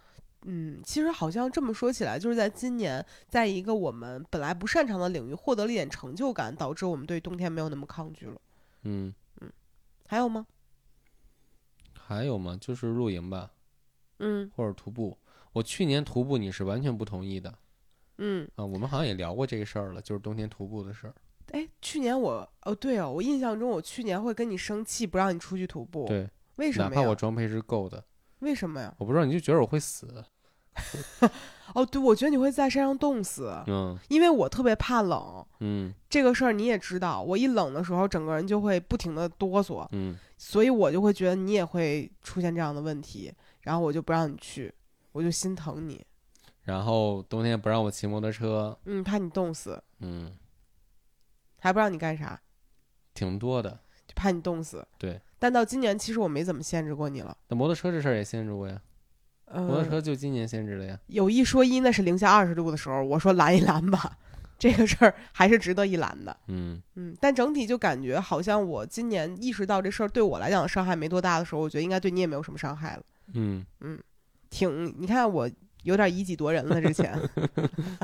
[SPEAKER 1] 嗯，其实好像这么说起来，就是在今年，在一个我们本来不擅长的领域获得了一点成就感，导致我们对冬天没有那么抗拒了。
[SPEAKER 2] 嗯，
[SPEAKER 1] 还有吗？
[SPEAKER 2] 还有吗？就是露营吧，
[SPEAKER 1] 嗯
[SPEAKER 2] 或者徒步。我去年徒步你是完全不同意的
[SPEAKER 1] 嗯，
[SPEAKER 2] 啊，我们好像也聊过这个事儿了，就是冬天徒步的事儿。
[SPEAKER 1] 哎，去年我哦对哦，我印象中我去年会跟你生气，不让你出去徒步，
[SPEAKER 2] 对，
[SPEAKER 1] 为什
[SPEAKER 2] 哪
[SPEAKER 1] 么
[SPEAKER 2] 怕
[SPEAKER 1] 呀？
[SPEAKER 2] 我装备是够的，
[SPEAKER 1] 为什么呀？
[SPEAKER 2] 我不知道你就觉得我会死。
[SPEAKER 1] 啊哦，对，我觉得你会在山上冻死，
[SPEAKER 2] 嗯
[SPEAKER 1] 因为我特别怕冷。
[SPEAKER 2] 嗯
[SPEAKER 1] 这个事儿你也知道，我一冷的时候，整个人就会不停的哆嗦，
[SPEAKER 2] 嗯，
[SPEAKER 1] 所以我就会觉得你也会出现这样的问题，然后我就不让你去，我就心疼你，
[SPEAKER 2] 然后冬天不让我骑摩托车，
[SPEAKER 1] 嗯，怕你冻死，
[SPEAKER 2] 嗯，
[SPEAKER 1] 还不让你干啥，
[SPEAKER 2] 挺多的。
[SPEAKER 1] 就怕你冻死。
[SPEAKER 2] 对，
[SPEAKER 1] 但到今年其实我没怎么限制过你了，
[SPEAKER 2] 那摩托车这事儿也限制过呀，
[SPEAKER 1] 嗯、
[SPEAKER 2] 摩托车就今年限制了呀。
[SPEAKER 1] 有一说一，那是零下二十度的时候，我说拦一拦吧， 这个事儿还是值得一拦的。
[SPEAKER 2] 嗯
[SPEAKER 1] 嗯，但整体就感觉好像我今年意识到这事儿对我来讲伤害没多大的时候，我觉得应该对你也没有什么伤害了。
[SPEAKER 2] 嗯，
[SPEAKER 1] 挺，你看我有点以己度人了之前，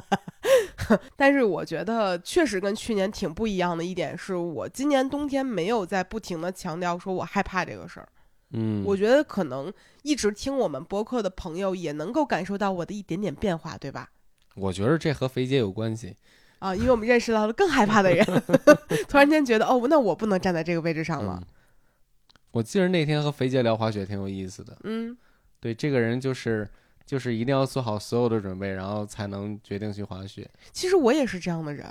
[SPEAKER 1] 但是我觉得确实跟去年挺不一样的一点是我今年冬天没有在不停的强调说我害怕这个事儿。
[SPEAKER 2] 嗯，
[SPEAKER 1] 我觉得可能一直听我们播客的朋友也能够感受到我的一点点变化，对吧？
[SPEAKER 2] 我觉得这和肥姐有关系。
[SPEAKER 1] 啊，因为我们认识到了更害怕的人， 突然间觉得哦，那我不能站在这个位置上了
[SPEAKER 2] 嗯。，我记得那天和肥姐聊滑雪挺有意思的。
[SPEAKER 1] 嗯
[SPEAKER 2] 对，这个人就是就是一定要做好所有的准备，然后才能决定去滑雪。
[SPEAKER 1] 其实我也是这样的人，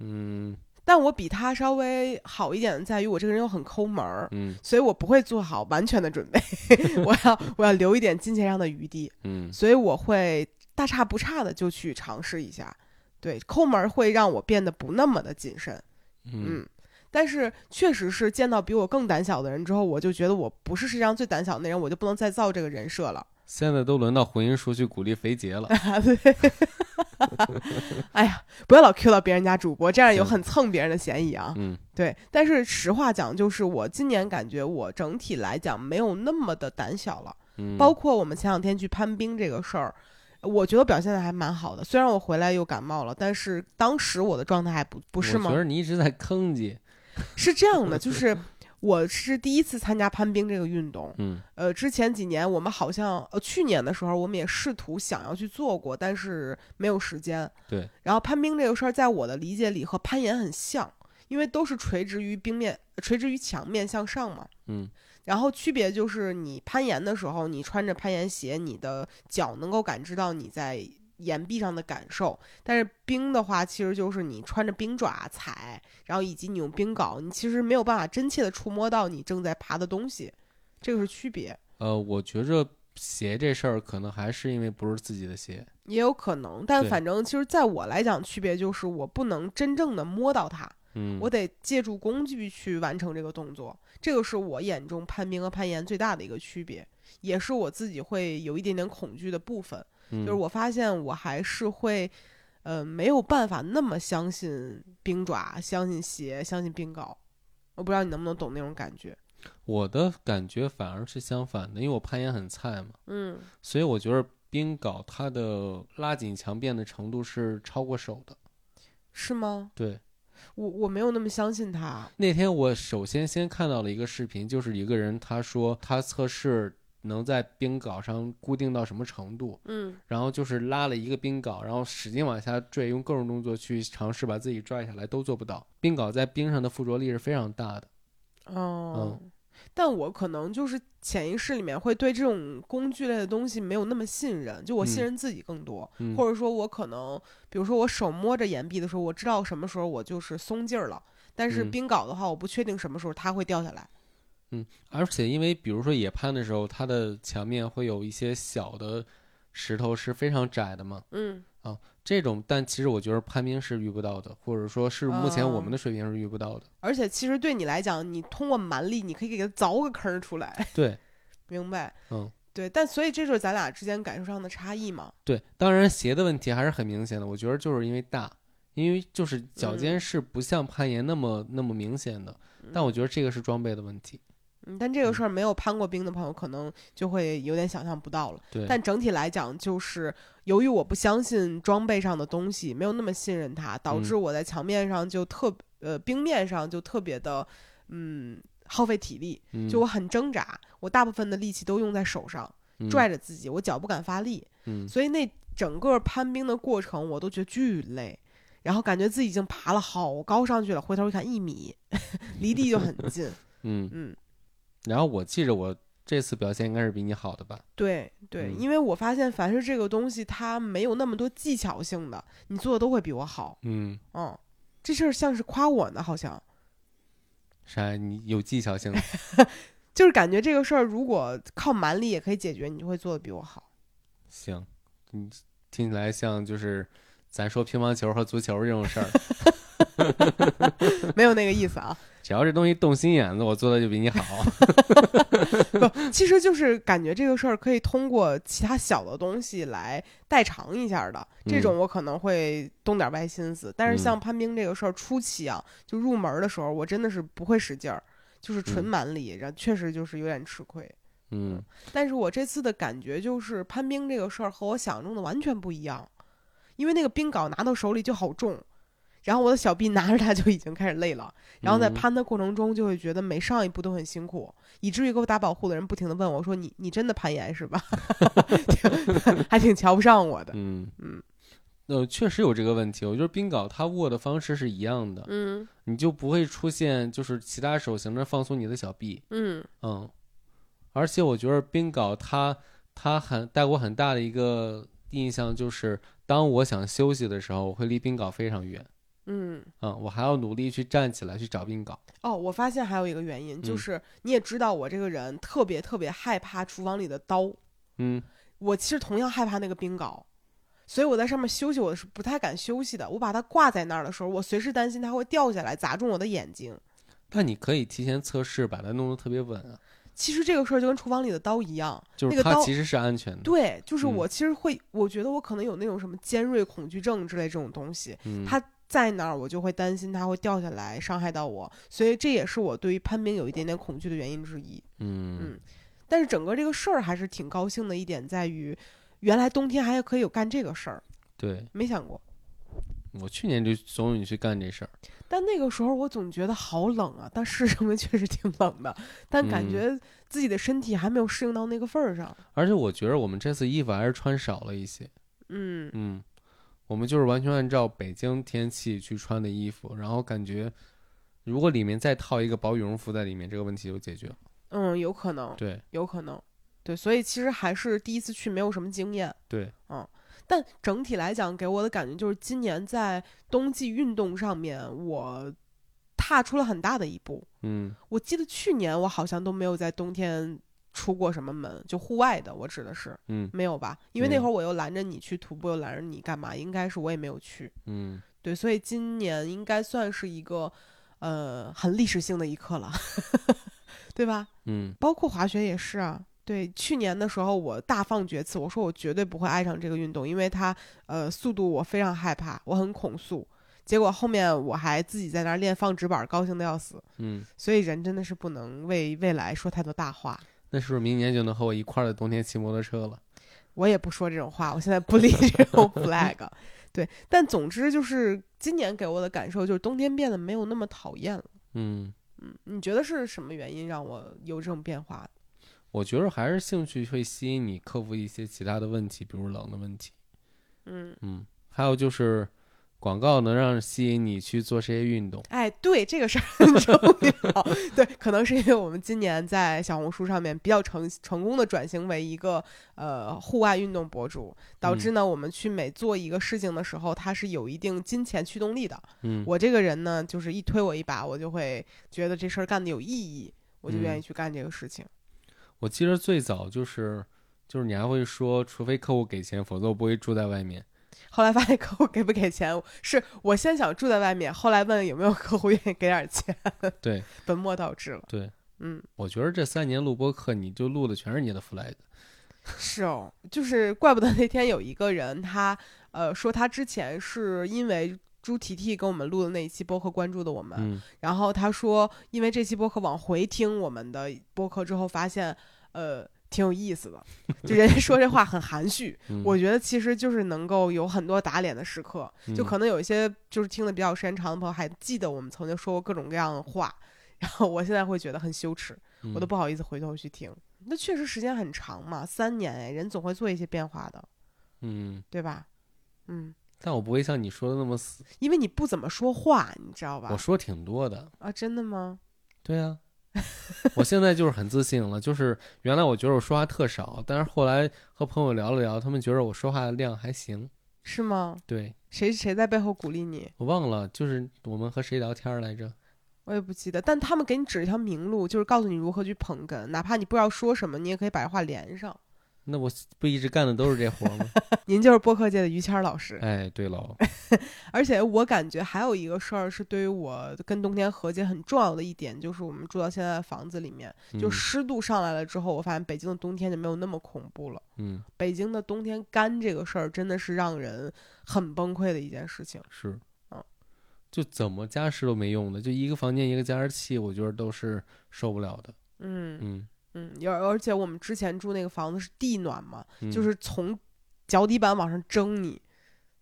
[SPEAKER 2] 嗯
[SPEAKER 1] 但我比他稍微好一点，在于我这个人又很抠门儿，
[SPEAKER 2] 嗯
[SPEAKER 1] 所以我不会做好完全的准 备，我要我要留一点金钱上的余地，
[SPEAKER 2] 嗯
[SPEAKER 1] 所以我会大差不差的就去尝试一下。对，抠门儿会让我变得不那么的谨慎。
[SPEAKER 2] 嗯
[SPEAKER 1] 嗯，但是确实是见到比我更胆小的人之后，我就觉得我不是世界上最胆小的那人，我就不能再造这个人设了。
[SPEAKER 2] 现在都轮到胡音叔去鼓励 肥姐了。
[SPEAKER 1] 啊，对，哎呀，不要老 Q 到别人家主播，这样有很蹭别人的嫌疑啊。
[SPEAKER 2] 嗯
[SPEAKER 1] 对，但是实话讲，就是我今年感觉我整体来讲没有那么的胆小了，
[SPEAKER 2] 嗯，
[SPEAKER 1] 包括我们前两天去攀冰这个事儿。我觉得表现的还蛮好的，虽然我回来又感冒了，但是当时我的状态还不不是吗
[SPEAKER 2] 我觉？得你一直在坑姐。
[SPEAKER 1] 是这样的，就是我是第一次参加攀冰这个运动，
[SPEAKER 2] 嗯
[SPEAKER 1] 呃，之前几年我们好像呃去年的时候，我们也试图想要去做过，但是没有时间。
[SPEAKER 2] 对。
[SPEAKER 1] 然后攀冰这个事儿，在我的理解里和攀岩很像，因为都是垂直于冰面、垂直于墙面向上嘛。
[SPEAKER 2] 嗯
[SPEAKER 1] 然后区别就是，你攀岩的时候，你穿着攀岩鞋，你的脚能够感知到你在岩壁上的感受；但是冰的话，其实就是你穿着冰爪踩，然后以及你用冰镐，你其实没有办法真切的触摸到你正在爬的东西，这个是区别。
[SPEAKER 2] 呃，我觉着鞋这事儿可能还是因为不是自己的鞋。
[SPEAKER 1] 也有可能，但
[SPEAKER 2] 对
[SPEAKER 1] 反正其实在我来讲，区别就是我不能真正的摸到它，
[SPEAKER 2] 嗯，
[SPEAKER 1] 我得借助工具去完成这个动作。这个是我眼中攀冰和攀岩最大的一个区别，也是我自己会有一点点恐惧的部分。
[SPEAKER 2] 嗯
[SPEAKER 1] 就是我发现我还是会，呃，没有办法那么相信冰爪、相信鞋、相信冰镐。我不知道你能不能懂那种感觉。
[SPEAKER 2] 我的感觉反而是相反的，因为我攀岩很菜嘛，
[SPEAKER 1] 嗯
[SPEAKER 2] 所以我觉得冰镐它的拉紧强变的程度是超过手的。
[SPEAKER 1] 是吗？
[SPEAKER 2] 对，
[SPEAKER 1] 我我没有那么相信它。
[SPEAKER 2] 那天我首先先看到了一个视频，就是一个人他说他测试能在冰镐上固定到什么程度，
[SPEAKER 1] 嗯
[SPEAKER 2] 然后就是拉了一个冰镐，然后使劲往下坠，用各种动作去尝试把自己拽下来，都做不到。冰镐在冰上的附着力是非常大的。
[SPEAKER 1] 哦，但我可能就是潜意识里面会对这种工具类的东西没有那么信任，就我信
[SPEAKER 2] 嗯
[SPEAKER 1] 任自己更多，
[SPEAKER 2] 嗯
[SPEAKER 1] 或者说我可能，比如说我手摸着岩壁的时候，我知道什么时候我就是松劲儿了，但是
[SPEAKER 2] 嗯
[SPEAKER 1] 冰镐的话，我不确定什么时候它会掉下来。
[SPEAKER 2] 而且因为比如说野攀的时候，它的墙面会有一些小的石头是非常窄的嘛，
[SPEAKER 1] 嗯
[SPEAKER 2] 这种但其实我觉得攀冰是遇不到的，或者说是目前我们
[SPEAKER 1] 哦
[SPEAKER 2] 的水平是遇不到的。
[SPEAKER 1] 而且其实对你来讲，你通过蛮力，你可以给它凿个坑儿出来，
[SPEAKER 2] 对
[SPEAKER 1] 明白？
[SPEAKER 2] 嗯，
[SPEAKER 1] 对，但所以这就是咱俩之间感受上的差异嘛。
[SPEAKER 2] 对，当然鞋的问题还是很明显的，我觉得就是因为大，因为就是脚
[SPEAKER 1] 嗯
[SPEAKER 2] 尖是不像攀岩那么、那么明显的，但我觉得这个是装备的问题。
[SPEAKER 1] 嗯，但这个事儿没有攀过冰的朋友可能就会有点想象不到了。
[SPEAKER 2] 对，
[SPEAKER 1] 但整体来讲，就是由于我不相信装备上的东西，没有那么信任它，
[SPEAKER 2] 嗯
[SPEAKER 1] 导致我在墙面上就特、呃冰面上就特别的嗯耗费体力，
[SPEAKER 2] 嗯
[SPEAKER 1] 就我很挣扎，我大部分的力气都用在手上，拽着自己，我脚不敢发力，
[SPEAKER 2] 嗯
[SPEAKER 1] 所以那整个攀冰的过程我都觉得巨累。然后感觉自己已经爬了好高上去了，回头一看一米， 离地就很 近。
[SPEAKER 2] 嗯嗯。
[SPEAKER 1] 嗯，
[SPEAKER 2] 然后我记着我这次表现应该是比你好的吧？
[SPEAKER 1] 对对，
[SPEAKER 2] 嗯
[SPEAKER 1] 因为我发现凡是这个东西，它没有那么多技巧性的，你做的都会比我好。
[SPEAKER 2] 嗯，
[SPEAKER 1] 嗯，这事儿像是夸我呢，好像
[SPEAKER 2] 啥？你有技巧性的
[SPEAKER 1] 就是感觉这个事儿如果靠蛮力也可以解决，你就会做的比我好。
[SPEAKER 2] 行，你听起来像就是咱说乒乓球和足球这 种事儿，
[SPEAKER 1] 没有那个意思啊，
[SPEAKER 2] 只要这东西动心眼子，我做的就比 你好。
[SPEAKER 1] 其实就是感觉这个事儿可以通过其他小的东西来代偿一下的。
[SPEAKER 2] 嗯
[SPEAKER 1] 这种我可能会动点歪心思，但是像攀冰这个事儿初期啊，就入门的时候，我真的是不会使劲儿，就是纯
[SPEAKER 2] 嗯
[SPEAKER 1] 蛮力，然后确实就是有点吃亏。
[SPEAKER 2] 嗯
[SPEAKER 1] 但是我这次的感觉就是攀冰这个事儿和我想象中的完全不一样，因为那个冰镐拿到手里就好重，然后我的小臂拿着它就已经开始累了，然后在
[SPEAKER 2] 嗯
[SPEAKER 1] 攀的过程中就会觉得每上一步都很辛苦，以至于给我打保护的人不停的问我说你你真的攀岩是吧？ 还挺瞧不上我的，
[SPEAKER 2] 嗯
[SPEAKER 1] 嗯，
[SPEAKER 2] 呃，确实有这个问题。我觉得冰镐它握的方式是一样的，
[SPEAKER 1] 嗯
[SPEAKER 2] 你就不会出现就是其他手型的放松你的小臂，
[SPEAKER 1] 嗯
[SPEAKER 2] 嗯，而且我觉得冰镐它它很带给我很大的一个印象就是，当我想休息的时候，我会离冰镐非常远，
[SPEAKER 1] 嗯。
[SPEAKER 2] 嗯，我还要努力去站起来去找冰镐，
[SPEAKER 1] 哦，我发现还有一个原因，就
[SPEAKER 2] 嗯
[SPEAKER 1] 是你也知道我这个人特别特别害怕厨房里的刀，
[SPEAKER 2] 嗯
[SPEAKER 1] 我其实同样害怕那个冰镐，所以我在上面休息，我是不太敢休息的。我把它挂在那儿的时候，我随时担心它会掉下来砸中我的眼睛。
[SPEAKER 2] 那你可以提前测试，把它弄得特别稳啊，
[SPEAKER 1] 其实这个事儿就跟厨房里的刀一样，
[SPEAKER 2] 就
[SPEAKER 1] 那
[SPEAKER 2] 是
[SPEAKER 1] 个
[SPEAKER 2] 它
[SPEAKER 1] 刀
[SPEAKER 2] 其实是安全的，
[SPEAKER 1] 对，就是
[SPEAKER 2] 嗯
[SPEAKER 1] 我其实会，我觉得我可能有那种什么尖锐恐惧症之类这种东西，
[SPEAKER 2] 嗯，
[SPEAKER 1] 它在那儿我就会担心它会掉下来伤害到我，所以这也是我对于攀冰有一点点恐惧的原因之一。
[SPEAKER 2] 嗯
[SPEAKER 1] 嗯但是整个这个事儿还是挺高兴的一点在于，原来冬天还可以有干这个事儿，
[SPEAKER 2] 对
[SPEAKER 1] 没想过。
[SPEAKER 2] 我去年就怂恿你去干这事儿，
[SPEAKER 1] 但那个时候我总觉得好冷啊，但是证明确实挺冷的，但感
[SPEAKER 2] 嗯
[SPEAKER 1] 觉自己的身体还没有适应到那个份儿上。
[SPEAKER 2] 而且我觉得我们这次衣服还是穿少了一些。
[SPEAKER 1] 嗯
[SPEAKER 2] 嗯，我们就是完全按照北京天气去穿的衣服，然后感觉如果里面再套一个薄羽绒服在里面，这个问题就解决了。
[SPEAKER 1] 嗯，有可能，
[SPEAKER 2] 对
[SPEAKER 1] 有可能，对，所以其实还是第一次去，没有什么经验。嗯
[SPEAKER 2] 对，
[SPEAKER 1] 但整体来讲，给我的感觉就是今年在冬季运动上面，我踏出了很大的一步。
[SPEAKER 2] 嗯
[SPEAKER 1] 我记得去年我好像都没有在冬天出过什么门，就户外的，我指的是
[SPEAKER 2] 嗯
[SPEAKER 1] 没有吧？因为那
[SPEAKER 2] 嗯
[SPEAKER 1] 会儿我又拦着你去徒步，又拦着你干嘛？应该是我也没有去。
[SPEAKER 2] 嗯，
[SPEAKER 1] 对，所以今年应该算是一个，呃，很历史性的一刻了， 对吧？
[SPEAKER 2] 嗯
[SPEAKER 1] 包括滑雪也是啊。对，去年的时候我大放厥词，我说我绝对不会爱上这个运动，因为它，呃，速度我非常害怕，我很恐速。结果后面我还自己在那儿练放直板，高兴的要死。
[SPEAKER 2] 嗯，
[SPEAKER 1] 所以人真的是不能为未来说太多大话。
[SPEAKER 2] 那是不是明年就能和我一块儿在冬天骑摩托车了？
[SPEAKER 1] 我也不说这种话，我现在不立这种 flag。对，但总之就是今年给我的感受就是冬天变得没有那么讨厌了。
[SPEAKER 2] 嗯，
[SPEAKER 1] 嗯，你觉得是什么原因让我有这种变化？
[SPEAKER 2] 我觉得还是兴趣会吸引你克服一些其他的问题，比如冷的问题。
[SPEAKER 1] 嗯，
[SPEAKER 2] 嗯，还有就是广告能让吸引你去做这些运动。
[SPEAKER 1] 哎，对这个事儿很重要。 对，可能是因为我们今年在小红书上面比较成成功的转型为一个呃户外运动博主，导致呢、我们去每做一个事情的时候，它是有一定金钱驱动力的。
[SPEAKER 2] 嗯，
[SPEAKER 1] 我这个人呢，就是一推我一把，我就会觉得这事儿干的有意义，我就愿
[SPEAKER 2] 嗯
[SPEAKER 1] 意去干这个事情。
[SPEAKER 2] 我记得最早就是就是你还会说，除非客户给钱，否则我不会住在外面。
[SPEAKER 1] 后来发现客户给不给钱，是我先想住在外面，后来问有没有客户愿意给点钱，
[SPEAKER 2] 对，
[SPEAKER 1] 本末倒置了。
[SPEAKER 2] 对，
[SPEAKER 1] 嗯，
[SPEAKER 2] 我觉得这三年录播课，你就录的全是你的 flag。
[SPEAKER 1] 是哦，就是怪不得那天有一个人他呃说他之前是因为朱提提跟我们录的那一期播客关注的我们，
[SPEAKER 2] 嗯
[SPEAKER 1] 然后他说，因为这期播客往回听我们的播客之后，发现呃挺有意思的，就人家说这话很含蓄，
[SPEAKER 2] 嗯，
[SPEAKER 1] 我觉得其实就是能够有很多打脸的时刻，就
[SPEAKER 2] 嗯
[SPEAKER 1] 可能有一些就是听的比较时间长的朋友还记得我们曾经说过各种各样的话，然后我现在会觉得很羞耻，
[SPEAKER 2] 嗯
[SPEAKER 1] 我都不好意思回头去听。那确实时间很长嘛，三年哎，人总会做一些变化的，
[SPEAKER 2] 嗯，
[SPEAKER 1] 对吧？嗯，
[SPEAKER 2] 但我不会像你说的那么死，
[SPEAKER 1] 因为你不怎么说话，你知道吧
[SPEAKER 2] 我？说挺多的，
[SPEAKER 1] 啊，真的吗？
[SPEAKER 2] 对啊， 我现在就是很自信了。就是原来我觉得我说话特少，但是后来和朋友聊了聊，他们觉得我说话量还行。
[SPEAKER 1] 是吗？
[SPEAKER 2] 对
[SPEAKER 1] 谁谁在背后鼓励你？
[SPEAKER 2] 我忘了，就是我们和谁聊天来着？
[SPEAKER 1] 我也不记得，但他们给你指一条明路，就是告诉你如何去捧哏，哪怕你不知道说什么，你也可以把这话连上。
[SPEAKER 2] 那我不一直干的都是这活 吗？
[SPEAKER 1] 您就是播客界的于谦儿老师。
[SPEAKER 2] 哎，对喽，
[SPEAKER 1] 而且我感觉还有一个事儿是对于我跟冬天和解很重要的一点，就是我们住到现在的房子里面，就
[SPEAKER 2] 嗯
[SPEAKER 1] 湿度上来了之后，我发现北京的冬天就没有那么恐怖了。
[SPEAKER 2] 嗯
[SPEAKER 1] 北京的冬天干这个事儿真的是让人很崩溃的一件事情。
[SPEAKER 2] 是
[SPEAKER 1] 嗯，
[SPEAKER 2] 就怎么加湿都没用的，就一个房间一个加湿器，我觉得都是受不了的。
[SPEAKER 1] 嗯
[SPEAKER 2] 嗯，
[SPEAKER 1] 嗯，而而且我们之前住那个房子是地暖嘛，
[SPEAKER 2] 嗯
[SPEAKER 1] 就是从脚底板往上蒸你，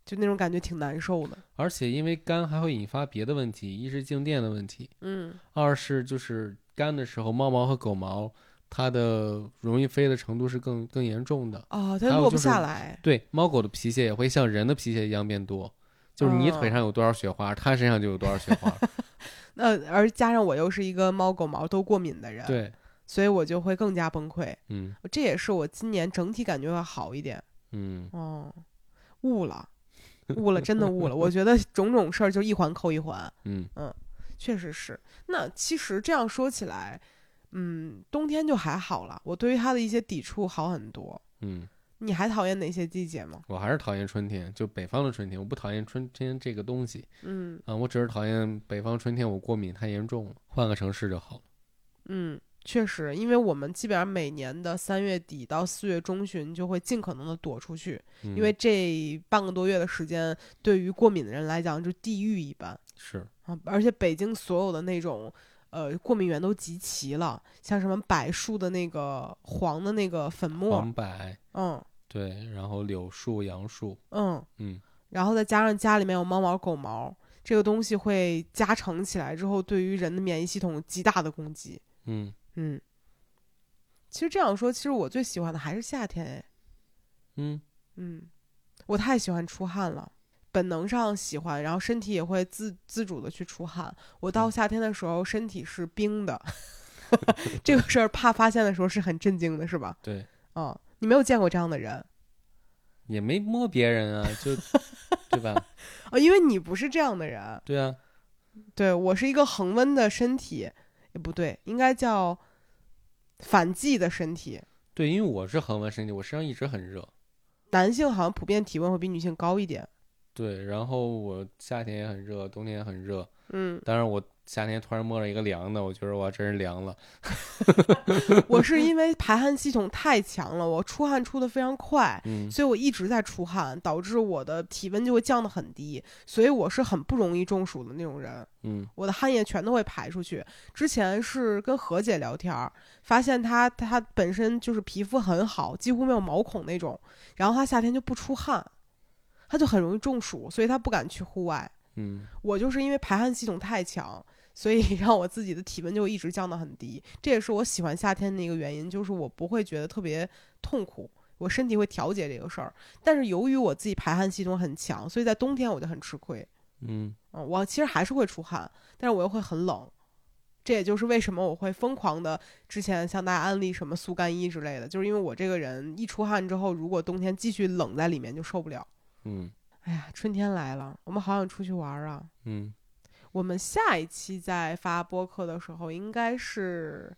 [SPEAKER 1] 就那种感觉挺难受的。嗯
[SPEAKER 2] 而且因为干还会引发别的问题，一是静电的问题，
[SPEAKER 1] 嗯
[SPEAKER 2] 二是就是干的时候，猫毛和狗毛它的容易飞的程度是更更严重的。
[SPEAKER 1] 啊，它
[SPEAKER 2] 还有
[SPEAKER 1] 落不
[SPEAKER 2] 就是
[SPEAKER 1] 下来。
[SPEAKER 2] 对，猫狗的皮屑也会像人的皮屑一样变多，就是你
[SPEAKER 1] 哦
[SPEAKER 2] 腿上有多少雪花，它身上就有多少雪 花。
[SPEAKER 1] 那而加上我又是一个猫狗毛都过敏的人，
[SPEAKER 2] 对，
[SPEAKER 1] 所以我就会更加崩溃。
[SPEAKER 2] 嗯
[SPEAKER 1] 这也是我今年整体感觉会好一点。
[SPEAKER 2] 嗯，
[SPEAKER 1] 哦，悟了，悟了，真的悟了。我觉得种种事儿就一环扣一环，
[SPEAKER 2] 嗯，
[SPEAKER 1] 确实是。那其实这样说起来，嗯，冬天就还好了。我对于它的一些抵触好很多。
[SPEAKER 2] 嗯，
[SPEAKER 1] 你还讨厌哪些季节吗？
[SPEAKER 2] 我还是讨厌春天，就北方的春天，我不讨厌春天这个东西
[SPEAKER 1] 嗯
[SPEAKER 2] 啊、我只是讨厌北方春天我过敏太严重了，换个城市就好了。
[SPEAKER 1] 嗯，确实，因为我们基本上每年的三月底到四月中旬就会尽可能的躲出去，
[SPEAKER 2] 嗯、
[SPEAKER 1] 因为这半个多月的时间，对于过敏的人来讲就地狱一般。
[SPEAKER 2] 是，
[SPEAKER 1] 啊，而且北京所有的那种呃过敏源都集齐了，像什么柏树的那个黄的那个粉末，
[SPEAKER 2] 黄柏
[SPEAKER 1] 嗯
[SPEAKER 2] 对，然后柳树、杨树，
[SPEAKER 1] 嗯
[SPEAKER 2] 嗯
[SPEAKER 1] 然后再加上家里面有猫毛、狗毛，这个东西会加成起来之后，对于人的免疫系统有极大的攻击。
[SPEAKER 2] 嗯
[SPEAKER 1] 嗯，其实这样说，其实我最喜欢的还是夏天哎，
[SPEAKER 2] 嗯
[SPEAKER 1] 嗯，我太喜欢出汗了。本能上喜欢，然后身体也会自自主的去出汗。我到夏天的时候，身体是冰的， 这个事儿怕发现的时候是很震惊的，是吧？
[SPEAKER 2] 对，
[SPEAKER 1] 嗯，你没有见过这样的人
[SPEAKER 2] 也没摸别人啊， 就对吧？
[SPEAKER 1] 哦，因为你不是这样的人。
[SPEAKER 2] 对啊，
[SPEAKER 1] 对我是一个恒温的身体，也不对，应该叫反季的身体。
[SPEAKER 2] 对，因为我是恒温身体，我身上一直很热。
[SPEAKER 1] 男性好像普遍体温会比女性高一点。
[SPEAKER 2] 对，然后我夏天也很热，冬天也很热。
[SPEAKER 1] 嗯，
[SPEAKER 2] 当然，我夏天突然摸了一个凉的，我觉得哇，真是凉了。
[SPEAKER 1] 我是因为排汗系统太强了，我出汗出的非常快，
[SPEAKER 2] 嗯
[SPEAKER 1] 所以我一直在出汗，导致我的体温就会降得很低，所以我是很不容易中暑的那种人，
[SPEAKER 2] 嗯
[SPEAKER 1] 我的汗液全都会排出去。之前是跟何姐聊天儿，发现她她本身就是皮肤很好，几乎没有毛孔那种，然后她夏天就不出汗，她就很容易中暑，所以她不敢去户外。
[SPEAKER 2] 嗯
[SPEAKER 1] 我就是因为排汗系统太强，所以 让我自己的体温就一直降到很低。这也是我喜欢夏天的一个原因，就是我不会觉得特别痛苦，我身体会调节这个事儿。但是由于我自己排汗系统很强，所以在冬天我就很吃亏。
[SPEAKER 2] 嗯
[SPEAKER 1] 嗯，我其实还是会出汗，但是我又会很冷。这也就是为什么我会疯狂的之前向大家安利什么速干衣之类的，就是因为我这个人一出汗之后，如果冬天继续冷在里面就受不了。
[SPEAKER 2] 嗯
[SPEAKER 1] 哎呀，春天来了，我们好想出去玩儿啊！
[SPEAKER 2] 嗯，
[SPEAKER 1] 我们下一期在发播客的时候，应该是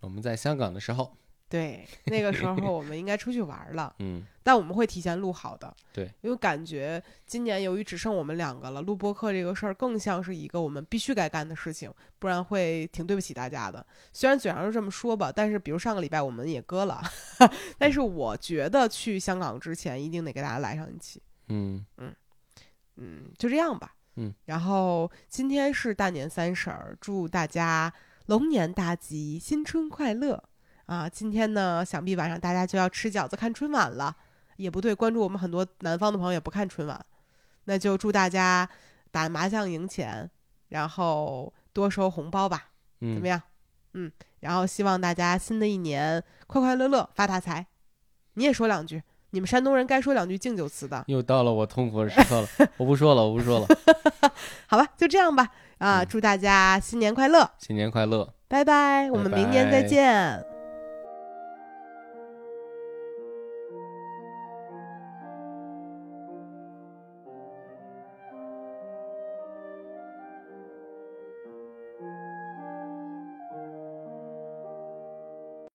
[SPEAKER 2] 我们在香港的时候，
[SPEAKER 1] 对那个时候，我们应该出去玩了。
[SPEAKER 2] 嗯
[SPEAKER 1] 但我们会提前录好的，
[SPEAKER 2] 对，
[SPEAKER 1] 因为感觉今年由于只剩我们两个了，录播客这个事儿更像是一个我们必须该干的事情，不然会挺对不起大家的。虽然嘴上是这么说吧，但是比如上个礼拜我们也割了， 但是我觉得去香港之前一定得给大家来上一期。
[SPEAKER 2] 嗯
[SPEAKER 1] 嗯，就这样吧。
[SPEAKER 2] 嗯，
[SPEAKER 1] 然后今天是大年三十儿，祝大家龙年大吉，新春快乐啊！今天呢，想必晚上大家就要吃饺子看春晚了，也不对，关注我们很多南方的朋友也不看春晚，那就祝大家打麻将赢钱，然后多收红包吧，怎
[SPEAKER 2] 嗯
[SPEAKER 1] 么，样？嗯，然后希望大家新的一年快快乐乐，发大财。你也说两句，你们山东人该说两句敬酒词的。
[SPEAKER 2] 又到了我痛苦的时刻了，我不说了，我不说了，
[SPEAKER 1] 好吧，就这样吧。啊，
[SPEAKER 2] 嗯
[SPEAKER 1] 祝大家新年快乐，
[SPEAKER 2] 新年快乐。
[SPEAKER 1] 拜拜，我们明年再
[SPEAKER 2] 拜拜
[SPEAKER 1] 见。